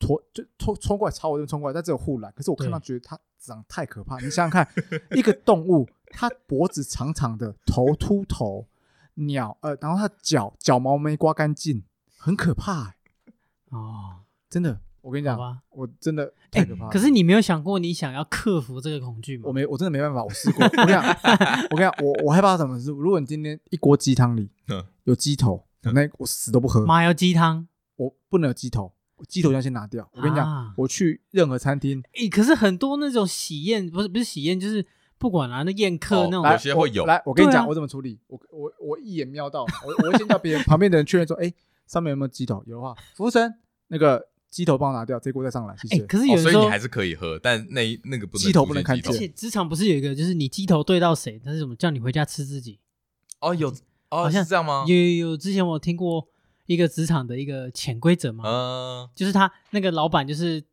S1: 鸵就冲冲过来朝我这边冲过来，但只有护栏，可是我看到
S3: 对
S1: 觉得它长得太可怕，你想想看，一个动物，它脖子长长的，头秃头，鸟呃，然后它脚脚毛没刮干净，很可怕、欸，
S3: 哦，
S1: 真的，我跟你
S3: 好
S1: 讲，
S3: 吧，
S1: 我真的太
S3: 哎
S1: 可怕了，
S3: 可是你没有想过你想要克服这个恐惧吗？
S1: 我没，我真的没办法，我试过。我跟你讲，我跟你讲，我我害怕什么是，如果你今天一锅鸡汤里
S2: 嗯
S1: 有鸡头，
S2: 嗯
S1: 那我死都不喝，
S3: 麻油鸡汤，
S1: 我不能有鸡头，我鸡头要先拿掉。我跟你
S3: 啊
S1: 讲，我去任何餐厅，
S3: 哎，可是很多那种喜宴，不是不是喜宴，就是不管啦，那宴客
S2: 哦
S3: 那种
S2: 来有
S1: 来，
S2: 些
S1: 我
S2: 会有
S1: 来，我跟你
S3: 对
S1: 讲，
S3: 啊
S1: 我怎么处理？我我我一眼瞄到，我我会先叫别人旁边的人确认说，哎，上面有没有鸡头？有的话，服务生那个鸡头帮我拿掉，这锅再上来，谢
S3: 哎，
S1: 谢。
S3: 可是有
S2: 哦，
S3: 人
S2: 所以
S3: 说
S2: 你还是可以喝，但那一那个不能
S1: 鸡头
S2: 出
S1: 不
S2: 现
S1: 能看
S2: 鸡头
S3: 而
S1: 见
S3: 且职场不是有一个，就是你鸡头对到谁，他是什么叫你回家吃自己？
S2: 哦，有哦，
S3: 好像
S2: 是这样吗
S3: 有？有有，之前我有听过一个职场的一个潜规则嘛，
S2: 嗯，
S3: 就是他那个老板就是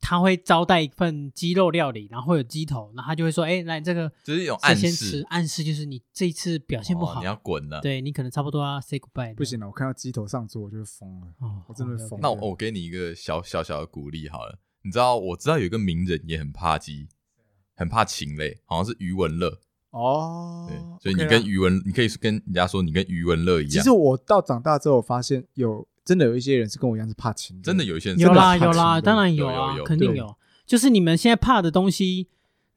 S3: 他会招待一份鸡肉料理，然后会有鸡头，然后他就会说，哎，来这个
S2: 就是一种
S3: 谁
S2: 暗
S3: 先吃
S2: 示，，
S3: 暗示就是你这一次表现不
S2: 哦
S3: 好，
S2: 你要滚了。
S3: 对你可能差不多要 say goodbye，
S1: 不，行了，我看到鸡头上桌我就会疯了，
S3: 哦，
S1: 我真的会
S3: OK，OK
S1: 疯。
S2: 那我我给你一个小小小的鼓励好了，你知道我知道有一个名人也很怕鸡，很怕禽类，好像是余文乐，
S1: 哦
S2: 对，，所以你
S1: OK 啦
S2: 跟余文，你可以跟人家说你跟余文乐一
S1: 其
S2: 样
S1: 实，我到长大之后，发现有真的有一些人是跟我一样是怕禽类，
S2: 真的有一些人
S3: 有啦
S2: 真的
S3: 有
S2: 很怕
S3: 啦，
S1: 情的
S3: 当然
S2: 有
S3: 啊
S2: 有有，
S3: 肯定
S1: 对
S3: 有，就是你们现在怕的东西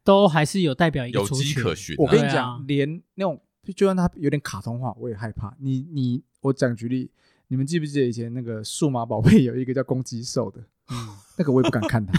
S3: 都还是有代表一
S2: 有
S3: 个族
S2: 迹
S3: 群
S2: 可循啊。
S1: 我跟你
S3: 对
S1: 讲，
S3: 啊
S1: 连那种就算它有点卡通化，我也害怕。你你，我讲举例，你们记不记得以前那个数码宝贝 有一个叫公鸡兽的，
S3: 嗯
S1: 那个我也不敢看它，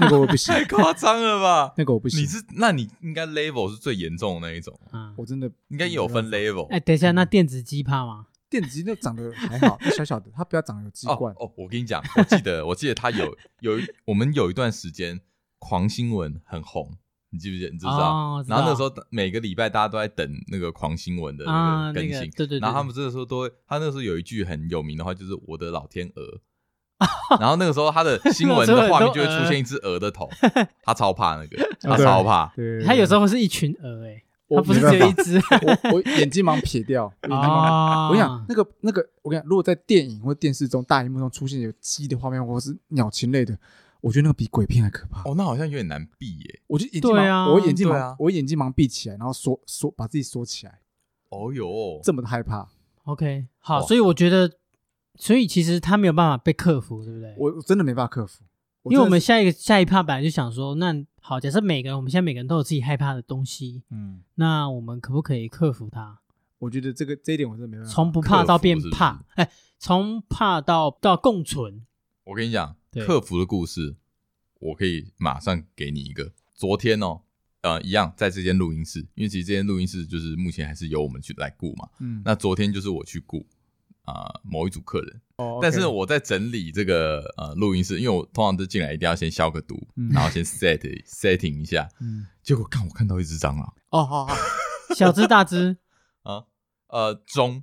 S1: 那个我不行，
S2: 太夸张了吧？
S1: 那个我不
S2: 你
S1: 行，
S2: 是那你应该 level 是最严重的那一种，
S3: 啊。
S1: 我真的
S2: 应该有分。level
S3: 哎，等一下，那电子鸡怕吗？
S1: 电子鸡那长得还好，那小小的，它不要长得有鸡
S2: 哦
S1: 冠。
S2: 哦，我跟你讲，我记得我记得他有有一我们有一段时间狂新闻很红，你记不记得？你知不知道？
S3: 哦，知
S2: 然后那
S3: 道
S2: 时候每个礼拜大家都在等那个狂新闻的
S3: 啊，
S2: 那个
S3: 那
S2: 更
S3: 个
S2: 新，
S3: 对对，
S2: 然后他
S3: 对
S2: 们这个时候都会，他那时候有一句很有名的话，就是“我的老天鹅”，然后那个时候他 的新闻的画面就会
S3: 呃
S2: 出现一只鹅的头，他超怕 那个，他
S1: 对
S2: 超怕。
S1: 对，
S3: 它有时候是一群鹅，哎，
S1: 我
S3: 它不是
S1: 没办
S3: 只有一
S1: 法
S3: 只
S1: 我我眼睛盲撇掉，我眼睛盲撇
S3: 啊
S1: 我跟你讲，那个那个，我跟你讲，如果在电影或电视中大荧幕中出现有鸡的画面，或是鸟禽类的，我觉得那个比鬼片还可怕。
S2: 哦，那好像有点难避耶。
S1: 我就眼睛
S3: 对
S1: 盲，
S3: 啊
S1: 我眼睛盲，
S2: 对啊
S1: 我眼睛盲闭起来，然后缩缩把自己缩起来，
S2: 哦哟，
S1: 这么的害怕。
S3: OK，好，
S2: 哇
S3: 所以我觉得，所以其实它没有办法被克服，对不对？
S1: 我我真的没办法克服，
S3: 因为我们
S1: 真的是
S3: 下一个下一趴本来就想说，那好，假设每个人我们现在每个人都有自己害怕的东西，
S1: 嗯，
S3: 那我们可不可以克服它？
S1: 我觉得这个这一点我真的没办法。
S3: 从不怕到
S2: 嗯
S3: 变
S2: 克服是不是
S3: 怕，哎，从怕到到共存，
S2: 我跟你讲，
S3: 对
S2: 客服的故事，我可以马上给你一个。昨天哦，呃，一样在这间录音室，因为其实这间录音室就是目前还是由我们去来顾嘛。
S1: 嗯，
S2: 那昨天就是我去顾啊、某一组客人，
S1: 哦，OK
S2: 但是我在整理这个呃录音室，因为我通常都进来一定要先消个毒，
S1: 嗯
S2: 然后先 set setting 一下。
S1: 嗯，
S2: 结果看我看到一只蟑螂
S1: 哦，好好，
S3: 小只 大只，
S2: 啊，呃中，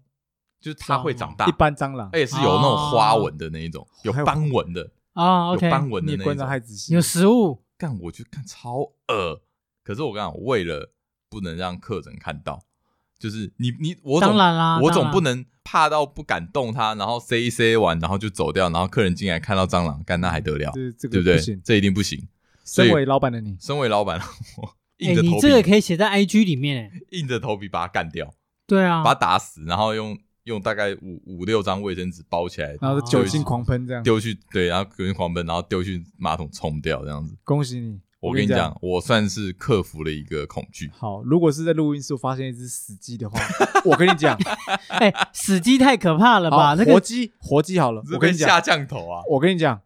S2: 就是它会长大
S1: 一，般哦蟑螂，
S2: 而且是有那种花纹的那一种，有斑纹的，
S3: 啊
S2: 有
S3: ，OK，
S2: 斑纹
S1: 你
S2: 的
S1: 也
S2: 那一
S1: 观察太
S2: 种。
S1: 仔细
S3: 有
S1: 了，
S3: 食物，
S2: 干我就看超恶，可是我跟你讲，我为了不能让客人看到，就是你你我总
S3: 当然啦，
S2: 我
S3: 当
S2: 总
S3: 然
S2: 不能怕到不敢动它，然后塞一塞完，然后就走掉，然后客人进来看到蟑螂，干那还得了？
S1: 这这个
S2: 对不对
S1: 行？。
S2: 这一定不行。所以
S1: 身为老板的你，
S2: 身为老板，我
S3: 哎，
S2: 硬着
S3: 你
S2: 头
S3: 这个
S2: 皮，
S3: 可以写在 IG 里面，哎，
S2: 硬着头皮把它干掉，
S3: 对啊
S2: 把，它打死，然后用用大概五五六张卫生纸包起来，
S1: 然后
S3: 哦
S1: 酒精狂喷这样，
S2: 丢去对，然后隔天狂奔，然后丢去马桶冲掉这样子。
S1: 恭喜你！
S2: 我跟你讲，我算是克服了一个恐惧。
S1: 好，如果是在录音室发现一只死鸡 的话，我跟你讲，
S3: 哎，死鸡太可怕 了吧？
S1: 好，
S3: 那
S1: 活
S3: 个
S1: 鸡，活鸡 好了，
S2: 这
S1: 我跟
S2: 被
S1: 你讲
S2: 下，降头啊！
S1: 我跟你讲，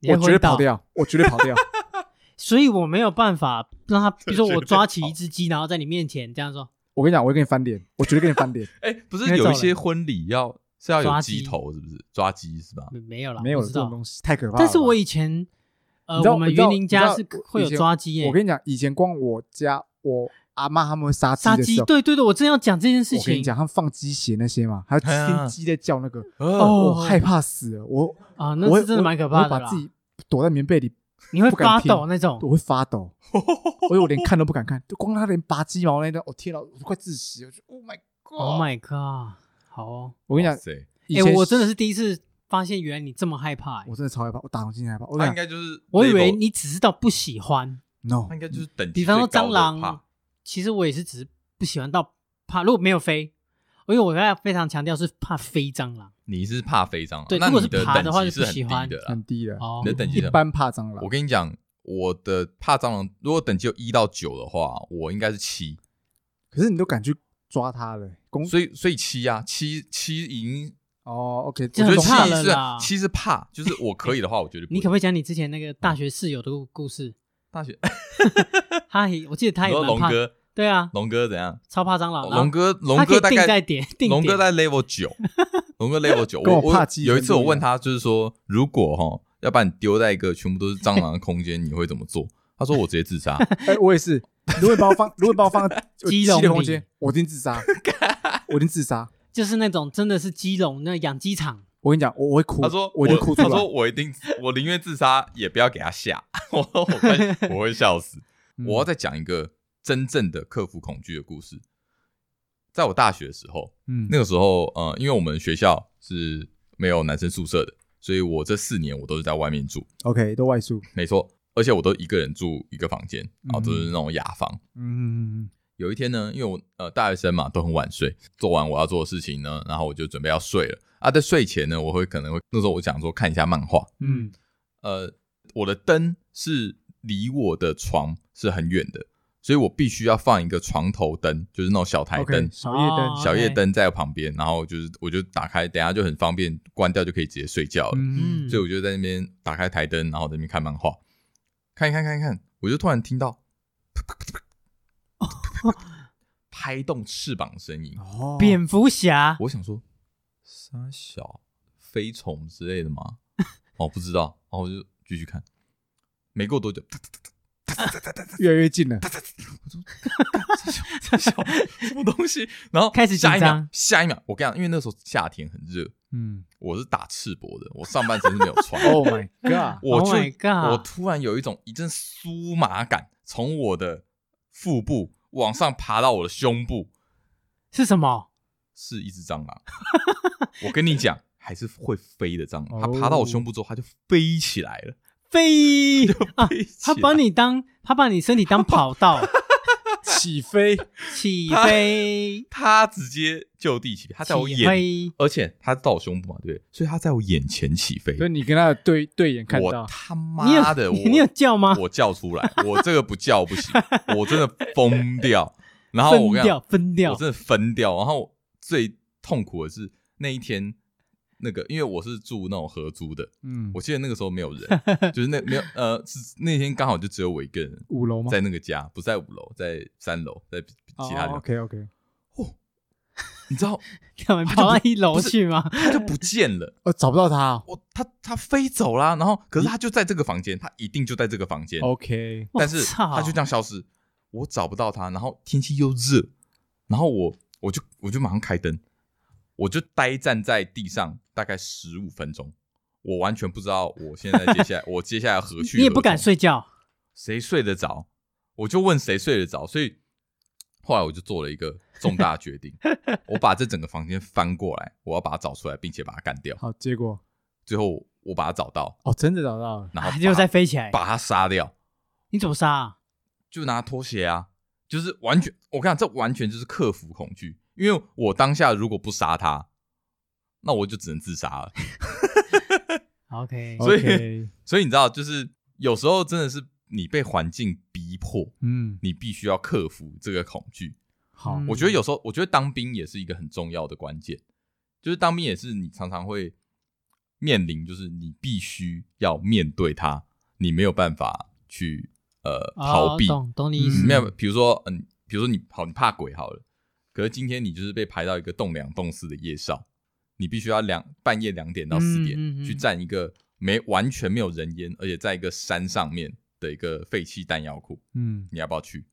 S3: 你
S1: 我
S3: 会
S1: 绝对
S3: 昏倒
S1: 跑掉，我绝对 跑掉。
S3: 所以我没有办法让他，比如说
S2: 绝
S3: 我
S2: 对
S3: 抓起一只鸡，然后在你面前这样说，
S1: 我跟你讲，我会跟你翻脸，我绝对跟你翻 脸。
S2: 哎，不
S3: 应
S2: 是
S3: 该
S2: 有
S3: 照
S2: 一
S3: 了
S2: 些婚礼要是要有
S3: 抓
S2: 鸡
S3: 鸡
S2: 头，是不是？抓鸡是吧？
S3: 没没有啦，
S1: 没有
S3: 我
S1: 这
S3: 知
S1: 种
S3: 道。
S1: 东西，太可怕了吧。
S3: 但是我以前，呃
S1: 你知，道
S3: 我们
S1: 你知道
S3: 云林家
S1: 你
S3: 是
S1: 知道
S3: 会有
S1: 以前
S3: 抓鸡耶
S1: 我，跟你讲，以前光我家我阿妈他们会杀鸡
S3: 杀
S1: 的
S3: 鸡，
S1: 时候，
S3: 对对对，我正要讲这件事
S1: 我跟你
S3: 情哎
S1: 讲，他们放鸡血那些嘛，还有
S2: 啊
S1: 听鸡在叫那个，
S2: 哦，
S1: 我害怕死了，我
S3: 啊，
S1: 我
S3: 那
S1: 会
S3: 是真的
S1: 我
S3: 蛮可
S1: 我
S3: 怕
S1: 会
S3: 的
S1: 把
S3: 啦
S1: 自，己躲在棉被里，
S3: 你会
S1: 不敢
S3: 发
S1: 听
S3: 抖那种
S1: 我，会发抖。我我连看都不敢看，就光他连拔鸡毛那一段，我天哪，我快窒息了！我就 Oh my God！
S3: ，Oh my god，好哦，
S1: 我跟你讲
S2: 哇，塞，
S1: 以
S3: 哎，
S1: 前
S3: 我真的是第一次发现，原来你这么害怕耶，
S1: 我真的超害怕，我打从心里害怕。我跟
S2: 他应
S1: 你讲
S2: 该就是
S3: 我以为
S2: label-
S3: 你只是到不喜欢，
S1: ，no，
S2: 他应该就是等级
S3: 比方说
S2: 最高
S3: 蟑
S2: 的
S3: 螂
S2: 怕，
S3: 其实我也是只是不喜欢到怕，如果没有飞，因为我刚才非常强调是怕飞蟑螂
S2: 你是怕飞蟑螂，
S3: 对
S2: 那
S3: 如果
S2: 你
S3: 是
S2: 的
S3: 爬的
S2: 等
S3: 话
S2: 级
S3: 就不
S2: 是很
S3: 喜
S2: 低
S3: 欢
S2: 的啦
S1: 很。低了，
S3: 哦
S2: 你，的等级
S1: 一
S2: 很
S1: 般怕蟑螂
S2: 我。跟你讲，我的怕蟑螂，如果等级有一到九的话，我应该是七，
S1: 可是你都敢去抓它了，公
S2: 所以所以七啊，七七已经，
S1: 哦，OK，
S2: 我觉
S3: 这很
S2: 得
S1: 我
S2: 七
S3: 怕了
S2: 是
S3: 啦
S2: 七是怕，就是我可以的话，我绝对不
S3: 你可不
S2: 会
S3: 可以讲你之前那个大学室友的故故事？
S2: 大学。
S3: 他也，我记得他
S2: 你
S3: 也
S2: 说
S3: 蛮
S2: 龙
S3: 怕，
S2: 哥，
S3: 对啊，
S2: 龙哥怎样？
S3: 超怕蟑螂。然后
S2: 哦龙哥，龙
S3: 他可
S2: 哥
S3: 以
S2: 大
S3: 定在
S2: 概
S3: 点，定
S2: 龙哥
S3: 点
S2: 在 level 九，龙哥 level 九。
S1: 跟
S2: 我
S1: 我怕
S2: 我
S1: 鸡
S2: 有一
S1: 程
S2: 次
S1: 度
S2: 我
S1: 一
S2: 问
S1: 样
S2: 他，就是说，如果哈要把你丢在一个全部都是蟑螂的空间，你会怎么做？他说我直接自杀。
S1: 哎，我也是。如果你把我放，如果你把我放 在
S3: 鸡
S1: 的
S3: 笼
S1: 空
S3: 里
S1: 间，我一定自杀，我一定自杀。
S3: 就是那种真的是鸡笼那养鸡场，
S1: 我跟你讲，我我会哭，
S2: 他说
S1: 我就哭出
S2: 他
S1: 来。
S2: 说我一定，我宁愿自杀也不要给他吓。 我说我会我会笑死。
S1: 嗯
S2: 我要再讲一个真正的克服恐惧的故事。在我大学的时候，
S1: 嗯
S2: 那个时候，呃，因为我们学校是没有男生宿舍的，所以我这四年我都是在外面住，
S1: OK 都外宿，
S2: 没错，而且我都一个人住一个房间，然后都是那种雅房。
S1: 嗯，
S2: 有一天呢，因为我呃大学生嘛，都很晚睡，做完我要做的事情呢，然后我就准备要睡了啊。在睡前呢，我会可能会那时候我想说看一下漫画，
S1: 嗯，
S2: 呃，我的灯是离我的床是很远的，所以我必须要放一个床头灯，就是那种小台
S1: OK，
S2: 灯
S1: 小夜灯
S3: 哦，
S2: 小夜灯在旁边，然后就是我就打开，等一下就很方便，关掉就可以直接睡觉了。
S1: 嗯
S3: 嗯，
S2: 所以我就在那边打开台灯，然后在那边看漫画，看一看看一看，我就突然听 到拍动翅膀的声 音，
S1: 哦，
S3: 蝙蝠侠
S2: 我想说沙小飞虫 之类的吗？哦，不知道，然后我就继续看，没过多久，
S1: 越来越近了，
S2: 在笑什么东西？然后
S3: 开始紧
S2: 下一秒
S3: 张，
S2: 下一秒，我跟你讲，因为那时候夏天很热，
S1: 嗯。
S2: 我是打赤膊的，我上半身是没有穿
S1: ，Oh
S3: 哦
S1: my God，
S2: 我
S3: Oh
S2: 就
S3: my god
S2: 我突然有一种一阵酥麻感，从我的腹部往上爬到我的胸部，
S3: 是什么？
S2: 是一只蟑 螂。我跟你讲，还是会飞的蟑螂，它
S1: 哦
S2: 爬到我胸部之后，它就飞起来了。
S3: 飞啊！
S2: 飞起
S3: 他
S2: 来
S3: 把你当他把你身体当 跑道
S1: 起飞，
S3: 起
S2: 他
S3: 飞，
S2: 它直接就地起飞，它在我
S3: 起
S2: 眼，
S3: 飞，
S2: 而且它到我胸部嘛，对不对？所以它在我眼前起飞。
S1: 所以你跟他的对对眼看
S2: 我
S1: 到，
S2: 他
S3: 你
S2: 妈的，
S3: 有
S2: 我
S3: 你你有叫吗？
S2: 我叫出来，我这个不叫不行，我真的疯 掉。然后我
S3: 分
S2: 跟你
S3: 掉
S2: 讲，
S3: 分掉
S2: 我，真的分掉。然后最痛苦的是那一天，那个因为我是住那种合租的，
S1: 嗯，
S2: 我记得那个时候没有人，就是那没有呃，是那天刚好就只有我一个人
S1: 五楼吗？哦
S2: 在那个家，不在五楼，在三楼，在其他地方。哦
S1: OK OK，
S2: 你知道
S3: 他们跑到一楼
S2: 不是
S3: 去吗？
S2: 他就不见了，
S1: 哦，找不到他哦
S2: 我他他飞走啦。然后可是他就在这个房间，他一定就在这个房间。
S1: ，OK，
S2: 但是
S3: 我操
S2: 他就这样消失，我找不到他，然后天气又热，然后我我就我就马上开灯，我就呆站在地上大概十五分钟，我完全不知道我现在接 下来我接下来何去，
S3: 你也不敢，睡觉，
S2: 谁睡得着？我就问谁睡得着，所以后来我就做了一个重大决定，我把这整个房间翻过来，我要把它找出来，并且把它干掉。
S1: 好，结果
S2: 最后我把它找到，
S1: 哦，真的找到了，
S2: 然后
S3: 啊
S2: 把
S3: 就
S2: 它
S3: 再飞起来。
S2: 把它杀掉。
S3: 你怎么杀啊？
S2: 就拿拖鞋啊，就是完全，我跟你讲，这完全就是克服恐惧，因为我当下如果不杀他，那我就只能自杀了。
S3: OK，
S2: 所以
S1: OK，
S2: 所以你知道，就是有时候真的是你被环境逼迫，
S1: 嗯，
S2: 你必须要克服这个恐惧。
S1: 好，
S3: 嗯
S2: 我觉得有时候，我觉得当兵也是一个很重要的关键，就是当兵也是你常常会面临，就是你必须要面对它，你没有办法去呃逃
S3: 哦
S2: 避。
S3: 懂懂你意思
S1: 嗯
S2: 没有，比如说，嗯，比如说你好，你怕鬼好了，可是今天你就是被排到一个栋两栋四的夜哨，你必须要两半夜两点到四点、
S3: 嗯嗯嗯
S2: 去站一个没完全没有人烟，而且在一个山上面的一个废弃弹药库，
S1: 嗯，
S2: 你要不要去？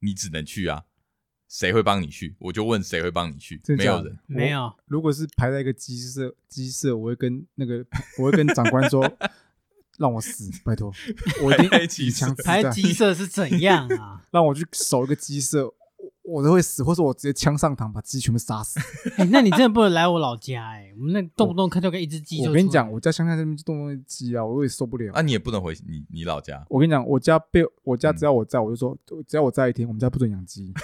S2: 你只能去啊，谁会帮你去？我就问谁会帮你去，
S1: 真的
S2: 没
S1: 假
S2: 有
S1: 的
S2: 人。
S3: 没有
S1: 如果是排在一个鸡舍，鸡舍，我会跟那个，我会跟长官 说，让我死，拜托，我一定
S2: 排在鸡
S1: 以强制
S3: 排
S1: 战
S3: 鸡舍是怎样啊？
S1: 让我去守一个鸡舍，我我都会死，或者我直接枪上膛把鸡全部杀死。
S3: 哎、那你真的不能来我老家哎、我们那动不动看到个一只鸡就
S1: 我跟你
S3: 出来
S1: 讲，我家乡下这边就动不动就鸡啊，我也受不了。
S2: 啊，你也不能回你你老家，
S1: 我跟你讲，我家被我家
S2: 嗯
S1: 只要我在，我就说只要我在一天，我们家不准养鸡。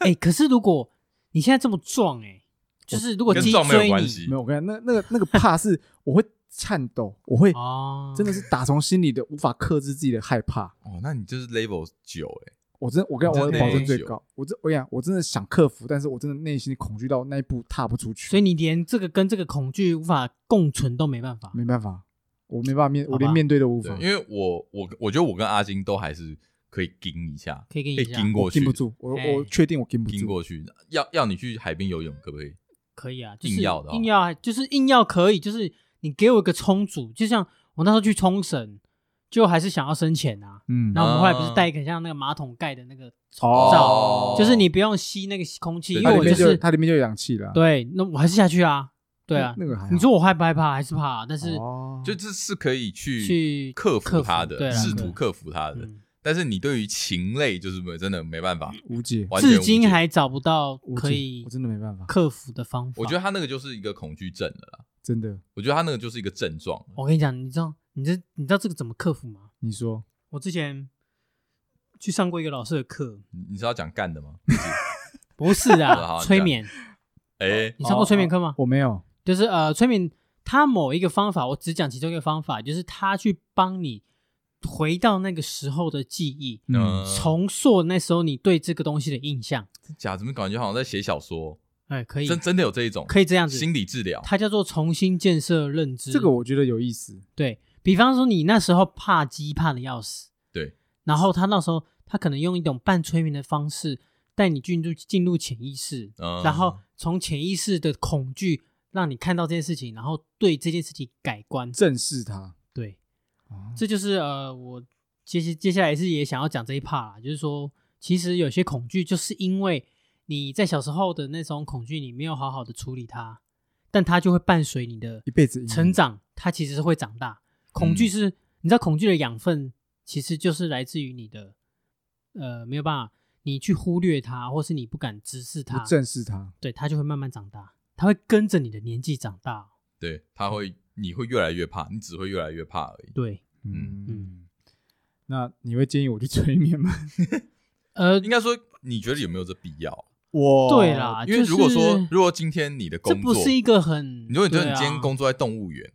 S3: 哎、可是如果你现在这么壮哎、就是如果
S2: 跟
S3: 鸡
S2: 壮没有
S3: 追
S2: 关
S3: 你
S2: 系
S1: 没。有，我跟你讲，那那个那个怕是我会颤抖，我会
S3: 哦，
S1: 真的是打从心里的无法克制自己的害怕。
S2: 哦，那你就是 level 九哎、
S1: 我真，我跟你讲，我
S2: 真的
S1: 的保证
S2: 欸
S1: 最高。我这，我跟你讲，我真的想克服，但是我真的内心恐惧到那一步踏不出去，
S3: 所以你连这个跟这个恐惧无法共存都没办法。
S1: 没办法，我没办法面，
S3: 好吧
S1: 我连面对都无
S2: 对
S1: 法，，
S2: 因为我我我觉得我跟阿金都还是可以盯一下，
S3: 可以跟你
S2: 被
S3: 一样
S2: 盯
S1: 我
S2: 过去
S1: 禁
S2: 的，
S1: 不住，我
S3: 哎
S1: 我确定我禁不
S2: 拼
S1: 住。
S2: 过去，要要你去海边游泳，可不可以？
S3: 可以啊，就是
S2: 硬要的哦
S3: 硬要就是硬要可以，就是你给我一个充足，就像我那时候去冲绳，就还是想要深潜啊。
S1: 嗯
S3: 然，后我们后来不
S2: 啊
S3: 是带一个像那个马桶盖的那个
S1: 哦
S3: 罩，
S2: 哦
S3: 就是你不用吸那个空气，
S2: 对
S3: 因
S1: 它
S3: 为
S1: 里
S3: 我
S1: 面
S3: 是
S1: 它里面就有氧气了。
S3: 对，那我还是下去啊，对啊。
S1: 那，那个
S2: 哎
S1: 还好
S3: 你说我害不害怕？还是怕，啊但是、
S1: 哦
S2: 就这是可以去
S3: 去
S2: 克服
S3: 克
S2: 它
S3: 服对
S2: 的，
S3: 啊
S2: 试图
S3: 对
S2: 克服它的。
S3: 嗯、
S2: 但是你对于禽类就是没真的没办法，
S1: 无解，
S2: 完全
S3: 至
S2: 无
S3: 今
S2: 解
S3: 还找不到
S1: 无
S3: 可
S1: 解
S3: 以
S1: 我真的没办法，
S3: 克服的方法。
S2: 我觉得他那个就是一个恐惧症了啦。
S1: 真的。
S2: 我觉得他那个就是一个症状，
S3: 我跟你讲，你知道，你这你知道这个怎么克服吗？
S1: 你说
S3: 我之前去上过一个老师的课，
S2: 你你是要讲干的吗？
S3: 不是
S2: 好好
S3: 啊，
S2: 你
S3: 催
S2: 讲
S3: 眠。
S2: 哎，
S3: 你上过催眠课吗？
S1: 我没有，
S3: 就是呃，催眠它某一个方法，我只讲其中一个方法，就是它去帮你回到那个时候的记忆，
S2: 嗯
S1: 嗯，，
S3: 重塑那时候你对这个东西的印象。
S2: 嗯假怎么感觉好像在写小说？
S3: 哎，可以，
S2: 真真的有这一种，
S3: 可以这样子。
S2: 心理治疗，
S3: 它叫做重新建设认知。
S1: 这个我觉得有意思。
S3: 对比方说，你那时候怕鸡怕的要死，
S2: 对，
S3: 然后他那时候他可能用一种半催眠的方式带你进入进入潜意识，
S2: 嗯
S3: 然后从潜意识的恐惧让你看到这件事情，然后对这件事情改观。
S1: 正视它，
S3: 对，
S1: 哦
S3: 这就是呃我接下接下来是也想要讲这一 part 啦，就是说，其实有些恐惧就是因为你在小时候的那种恐惧，你没有好好的处理它，但它就会伴随你的
S1: 一辈子阴影
S3: 成长，它其实是会长大。恐惧
S2: 嗯
S3: 是，你知道，恐惧的养分其实就是来自于你的，呃，没有办法，你去忽略它，或是你不敢直视它
S1: 不，正视它，
S3: 对，它就会慢慢长大，它会跟着你的年纪长大。
S2: 对，他会，你会越来越怕，你只会越来越怕而已。
S3: 对，
S1: 嗯
S3: 嗯
S1: 那你会建议我去 催眠吗？
S3: 呃，
S2: 应该说，你觉得有没有这必要？
S1: 我
S3: 对，啦，
S2: 哦因为
S3: 啊就是
S2: 如果说，如果今天你的
S3: 这
S2: 工
S3: 不
S2: 作，
S3: 是一个很，
S2: 你如果你觉得
S3: 对
S2: 你
S3: 啊
S2: 今天工作在动物园，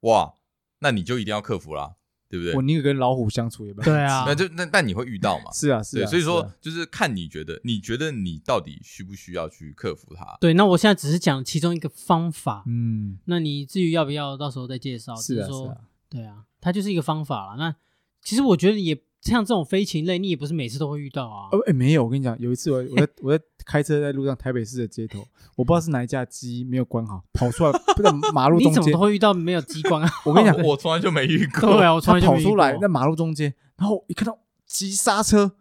S2: 哇，那你就一定要克服啦，对不对
S1: 我？宁可跟老虎相处也不要
S3: 对啊
S2: 那就那但你会遇到 嘛？
S1: 是啊是
S2: 对，
S1: 啊，
S2: 所以
S1: 是
S2: 说
S1: 啊
S2: 就是看你觉得，你觉得你到底需不需要去克服它？
S3: 对，那我现在只是讲其中一个方法，
S1: 嗯，
S3: 那你至于要不要到时候再介绍，
S1: 是
S3: 只
S1: 啊
S3: 是
S1: 是
S3: 说，
S1: 啊，
S3: 对啊，它就是一个方法啦。那其实我觉得也像这种飞禽类，你也不是每次都会遇到啊
S1: 哦。哎没有，我跟你讲，有一次我我在我在开车在路上台北市的街头，我不知道是哪一架鸡没有关好，跑出来不是马路
S3: 你
S1: 中
S3: 怎么
S1: 间
S3: 都，会遇到没有激光啊？
S1: 我跟你讲，
S2: 我从来就没遇过。
S3: 对啊，我从
S1: 它
S3: 来就
S1: 跑
S3: 没遇
S1: 出来
S3: 过
S1: 在马路中间，然后一看到急刹车，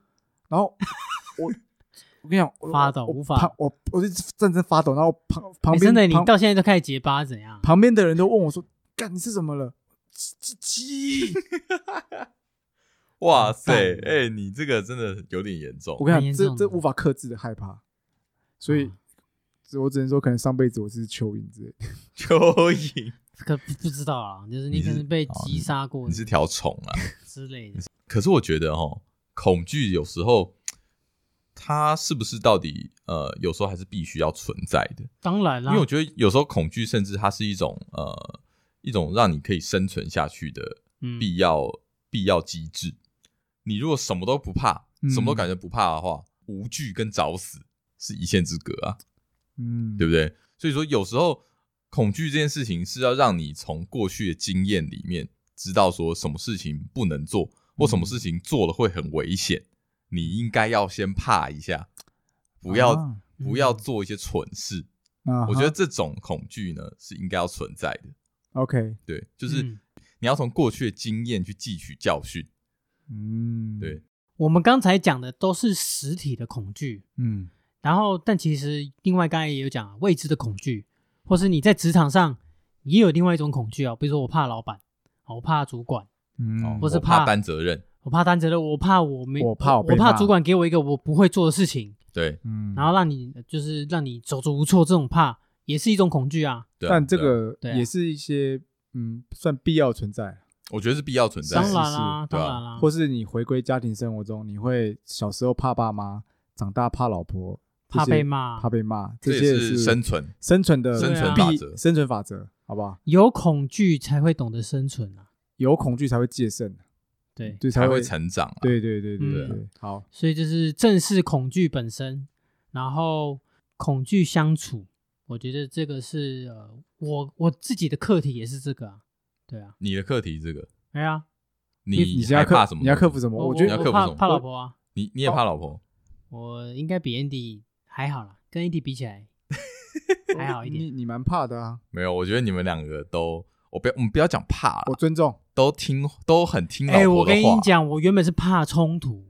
S1: 然后 我我跟你讲，我
S3: 发抖
S1: 我
S3: 无法
S1: 旁我我就阵阵发抖，然后旁旁边
S3: 哎真的，你
S1: 旁
S3: 到现在都开始结巴怎样？
S1: 旁边的人都问我说：“干你是怎么了？”鸡鸡鸡！
S2: 哇塞，
S3: 完蛋
S2: 哎、你这个真的有点严重
S1: 我。跟
S3: 蛮
S1: 你
S3: 严
S1: 讲，这
S3: 重
S1: 这
S3: 的
S1: 无法克制的害怕，所以
S3: 啊
S1: 只我只能说，可能上辈子我是蚯蚓之类的。
S2: 蚯蚓，
S3: 可不不知道啊，就是
S2: 你
S3: 你可
S2: 是
S3: 能被
S2: 哦
S3: 击杀过
S2: 你是条虫啊。
S3: 之类的。
S2: 可是我觉得哦，恐惧有时候，它是不是到底呃，有时候还是必须要存在的？
S3: 当然
S2: 因
S3: 啦
S2: 为我，觉得有时候恐惧，甚至它是一种呃，一种让你可以生存下去的
S3: 嗯，
S2: 必要、必要机制。你如果什么都不怕，
S1: 嗯
S2: 什么都感觉不怕的话，无惧跟找死是一线之隔啊，
S1: 嗯，
S2: 对不对？所以说，有时候恐惧这件事情是要让你从过去的经验里面知道说什么事情不能做，或什么
S1: 嗯
S2: 事情做了会很危险，你应该要先怕一下，不要、
S1: 啊
S2: 不要做一些蠢事。
S1: 啊哈
S2: 我觉得这种恐惧呢是应该要存在的，
S1: OK，
S2: 对，就
S3: 就是
S2: 你要从过去的经验去汲取教训，
S1: 嗯，
S2: 对，
S3: 我们刚才讲的都是实体的恐惧，
S1: 嗯，
S3: 然后，但其实另外刚才也有讲、啊、未知的恐惧，或是你在职场上也有另外一种恐惧啊，比如说我怕老板，啊我怕主管，
S1: 嗯
S2: 哦
S1: 嗯，
S3: 或是
S2: 我怕
S3: 怕
S2: 担责任，
S3: 我怕单责任，我怕我没，
S1: 我怕我
S3: 我
S1: 被
S3: 怕
S1: 骂
S3: 主管给我一个我不会做的事情，
S2: 对，
S1: 嗯
S3: 然后让你就是让你手足无措，这种怕也是一种恐惧啊。
S2: 对啊
S1: 但这
S2: 对啊
S1: 个
S3: 对啊
S1: 也是一些嗯，算必要存在，
S2: 我觉得是必要存在
S3: 当
S2: 的，
S3: 然啦，
S2: 对
S3: 当
S2: 啊
S3: 然啦，
S1: 或是你回归家庭生活中，你会小时候怕爸妈，长大怕老婆，这
S3: 怕
S1: 些
S3: 被骂啊
S1: 怕，被骂，
S2: 这
S1: 些
S2: 也
S1: 也
S2: 是生存，
S1: 生存的
S2: 生
S3: 存
S1: 必
S2: 法则
S1: 生存法则，好不好？
S3: 有恐惧才会懂得生存啊。
S1: 有恐惧才会戒慎，
S3: 对，
S1: 对，
S2: 才
S1: 会
S2: 会。成长、啊，
S1: 对对对对对
S3: 嗯
S1: 对，好，
S3: 所以就是正视恐惧本身，然后恐惧相处，我觉得这个是呃，我我自己的课题也是这个啊。对啊，
S2: 你的课题这个，
S3: 哎呀，
S2: 你
S1: 你现在
S2: 害怕
S1: 克
S2: 什么？
S1: 你要克服什么？
S3: 我
S1: 我觉
S2: 你要
S1: 得
S2: 克
S3: 我
S2: 服
S3: 怕
S2: 什么
S3: 怕老婆啊，
S2: 你你也怕老婆，
S3: 我应该比 Andy 还好啦，跟 Andy 比起 来还好一点。
S1: 你你蛮怕的啊，
S2: 没有？我觉得你们两个都，我不要，我们不要讲怕啦
S1: 我尊重。
S2: 都听，都很听老
S3: 哎、我
S2: 婆的
S3: 跟
S2: 话
S3: 你讲，我原本是怕冲突，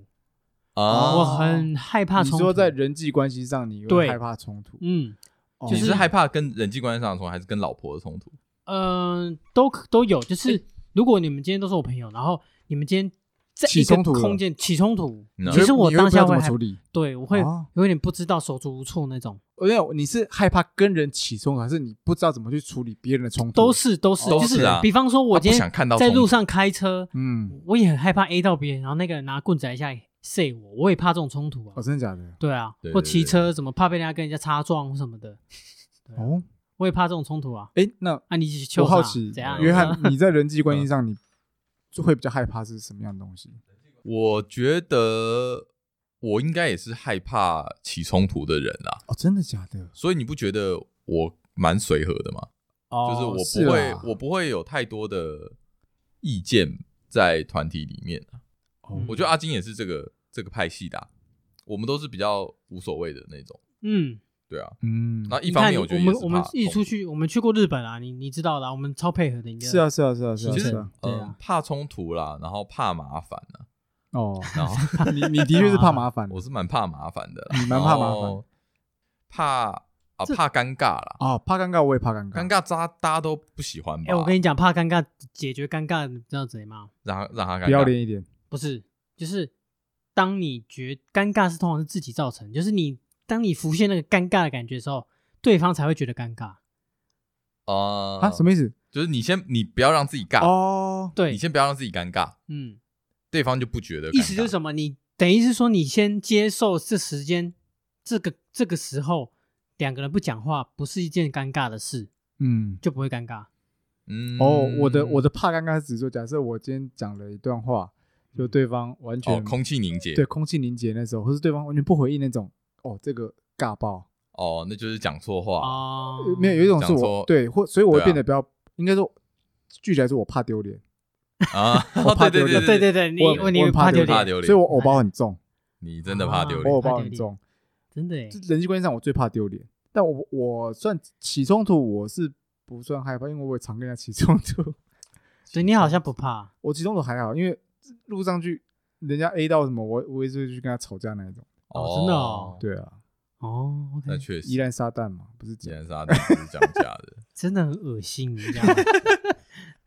S2: 啊，
S3: 我很害怕
S1: 你
S3: 冲突。
S1: 说在人际关系上，你会
S3: 对
S1: 害怕冲突，
S3: 嗯
S1: 哦
S3: 就是
S2: 你是害怕跟人际关系上的冲突，还是跟老婆的冲突？
S3: 嗯、呃都可都有，就是如果你们今天都是我朋友，然后你们今天在
S1: 起
S3: 一
S1: 冲
S3: 个
S1: 突了
S3: 空间起冲突
S2: 嗯，
S3: 其实我
S1: 你会不
S3: 当
S1: 知道
S3: 下
S1: 怎
S3: 会
S1: 么
S3: 害
S1: 处，理？
S3: 对我会
S1: 哦
S3: 有点不知道手足无措那种，
S1: 我有，你是害怕跟人起冲突，还是你不知道怎么去处理别人的冲突？
S3: 都，是都是，
S2: 都
S3: 就是
S2: 啊
S3: 比方说我
S2: 他
S3: 今
S2: 不
S3: 天
S2: 想看到
S3: 在
S2: 冲突
S3: 路上开车，
S1: 嗯，
S3: 我也很害怕 A 到别人，然后那个人拿棍子来下塞我，我也怕这种冲突啊
S1: 哦，。真的假的？
S3: 对啊
S2: 对，
S3: 或
S2: 对
S3: 骑
S2: 对
S3: 车怎么怕被人家跟人家擦撞或什么的，
S1: 哦，
S3: 我也怕这种冲突啊。
S1: 哎，那
S3: 啊，你去
S1: 我好奇
S3: 怎样？
S1: 约 翰，你在人际关系
S2: 嗯
S1: 上，你就会比较害怕是什么样的东西？
S2: 我觉得我应该也是害怕起冲突的人啦，
S1: 哦，真的假的？
S2: 所以你不觉得我蛮随和的吗？
S1: 哦
S3: 哦
S2: 就是我不会，
S3: 啊
S1: 啦
S2: 我不会有太多的意见在团体里面。
S1: 哦
S2: 我觉得阿金也是这个这个派系的啊、我们都是比较无所谓的那种，
S3: 嗯，
S2: 对啊。
S1: 嗯，
S2: 那一
S3: 你
S2: 方
S3: 看
S2: 面，觉得也是
S3: 我们
S2: 怕
S3: 我们一起
S2: 冲
S3: 出去，我们去过日本啊，你你知道的啊，我们超配合的，应该
S1: 是啊，是啊，是啊，是
S2: 呃突，
S1: 啊，
S2: 其
S1: 是
S2: 实
S1: 啊，
S3: 对
S2: 嗯
S3: 啊，
S2: 怕冲突啦，然后怕麻烦啊，
S1: 哦，
S2: 然后
S1: 你你的确是怕麻 烦
S2: 我是蛮怕麻烦的啦，
S1: 你蛮怕麻烦
S2: 然后怕啊怕尴尬啦，
S1: 哦，怕尴尬，我也怕尴尬，
S2: 尴尬渣大家都不喜欢
S1: 嗯
S2: 吧？
S3: 哎，我跟你讲，怕尴尬，解决尴尬，你知道怎样吗？
S2: 让他让他尴尬，
S1: 不要脸一点，
S3: 不是，就是当你觉尴尬是通常是自己造成，就是你当你浮现那个尴尬的感觉的时候，对方才会觉得尴尬。
S2: 啊
S1: 啊，什？么意思？
S2: 就是你先你不要让自己尬，
S1: 哦，
S3: 对，
S2: 你先不要让自己尴尬，
S3: 嗯，
S2: 对方就不觉得尴尬。
S3: 意思就是什么？你等于是说你先接受这时间，这个这个时候两个人不讲话，不是一件尴尬的事，
S1: 嗯，
S3: 就不会尴尬。
S2: 嗯
S1: 哦，我的我的怕尴尬是指说，假设我今天讲了一段话，就对方完
S2: 哦，
S1: 全
S2: 空气凝结，
S1: 对空气凝结那时候，或是对方完全不回应那种，哦，这个尬爆，呃
S2: 哦，那就是讲错话，
S3: 哦，
S1: 没有有一种是
S2: 讲
S1: 我
S2: 说
S1: 对，或所以我
S2: 对
S1: 会
S2: 啊
S1: 变得比较，应该说，具体来说，我怕丢脸，
S2: 啊，
S1: 我怕
S2: 对对
S1: 丢脸啊
S3: 对对对，你
S1: 我
S3: 我
S1: 很
S3: 你
S1: 我很怕
S3: 丢
S1: 丢
S2: 怕
S3: 脸，
S2: 丢脸，
S1: 所以我偶包很重，
S2: 你真的怕丢
S1: 我
S2: 脸
S1: 偶
S3: 哦
S1: 包
S3: 怕丢
S1: 很
S3: 脸
S1: 重，
S3: 真的耶
S1: 这人际关系上我最怕丢脸，但我我算起冲突，我是不算害怕，因为我也常跟人家起冲突。
S3: 所以你好像不怕
S1: 我起冲突还好，因为路上去人家 A 到什么，我我也是会去跟他吵架那一种。
S3: 哦真的哦，
S1: 对啊，
S3: 哦，OK，
S2: 那确实
S1: 依，然撒旦嘛，不是
S2: 既
S1: 讲
S2: 然是他讲假的。
S3: 真的很恶心，你知道吗？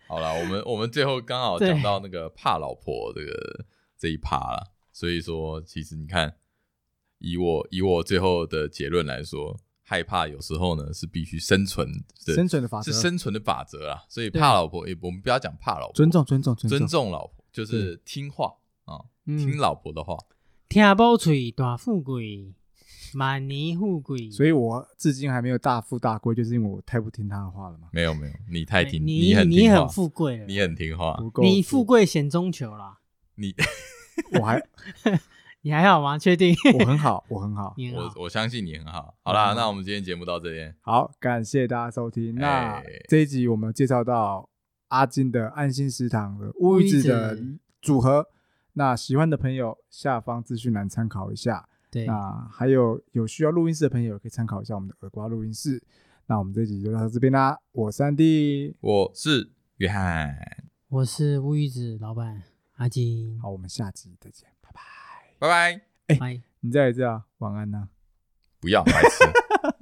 S2: 好了，我们我们最后刚好
S3: 对
S2: 讲到那个怕老婆这个这一趴了，所以说其实你看，以我以我最后的结论来说，害怕有时候呢是必须生存的，
S1: 生存的法则，
S2: 是生存的法则啊。所以
S3: 对
S2: 怕老婆也我们不要讲怕老婆，
S1: 尊重尊重
S2: 尊
S1: 尊重，嗯
S2: 重老婆，就是听话啊，听老婆的话。
S3: 听不嘴大富贵，满年富贵。
S1: 所以我至今还没有大富大贵，就是因为我太不听他的话了嘛，
S2: 没有没有，你太听，
S3: 你
S2: 很
S3: 你
S2: 听话
S3: 很，富贵了，
S2: 你很听话，
S1: 不够。
S3: 你富，贵险中求啦。
S2: 你
S1: 我还
S3: 你还好吗？确定？
S1: 我很好，我很 好。
S3: 你很
S2: 我
S3: 好。
S2: 我相信你很好。好啦，
S1: 嗯
S2: 那我们今天节目到这边，
S1: 好，感谢大家收听。那
S2: 哎
S1: 这一集我们介绍到阿金的安心食堂的乌鱼子的
S3: 乌鱼子
S1: 组合，那喜欢的朋友下方资讯栏参考一下。
S3: 对，
S1: 那还有有需要录音室的朋友可以参考一下我们的耳瓜录音室。那我们这集就到这边啦，我三弟，
S2: 我是约翰。
S3: 我是乌鱼子老板阿金。
S1: 好，我们下集再见，拜拜。
S2: 拜拜。
S3: 拜。
S1: 你再来一次啊，晚安呐、
S2: 不要，白痴。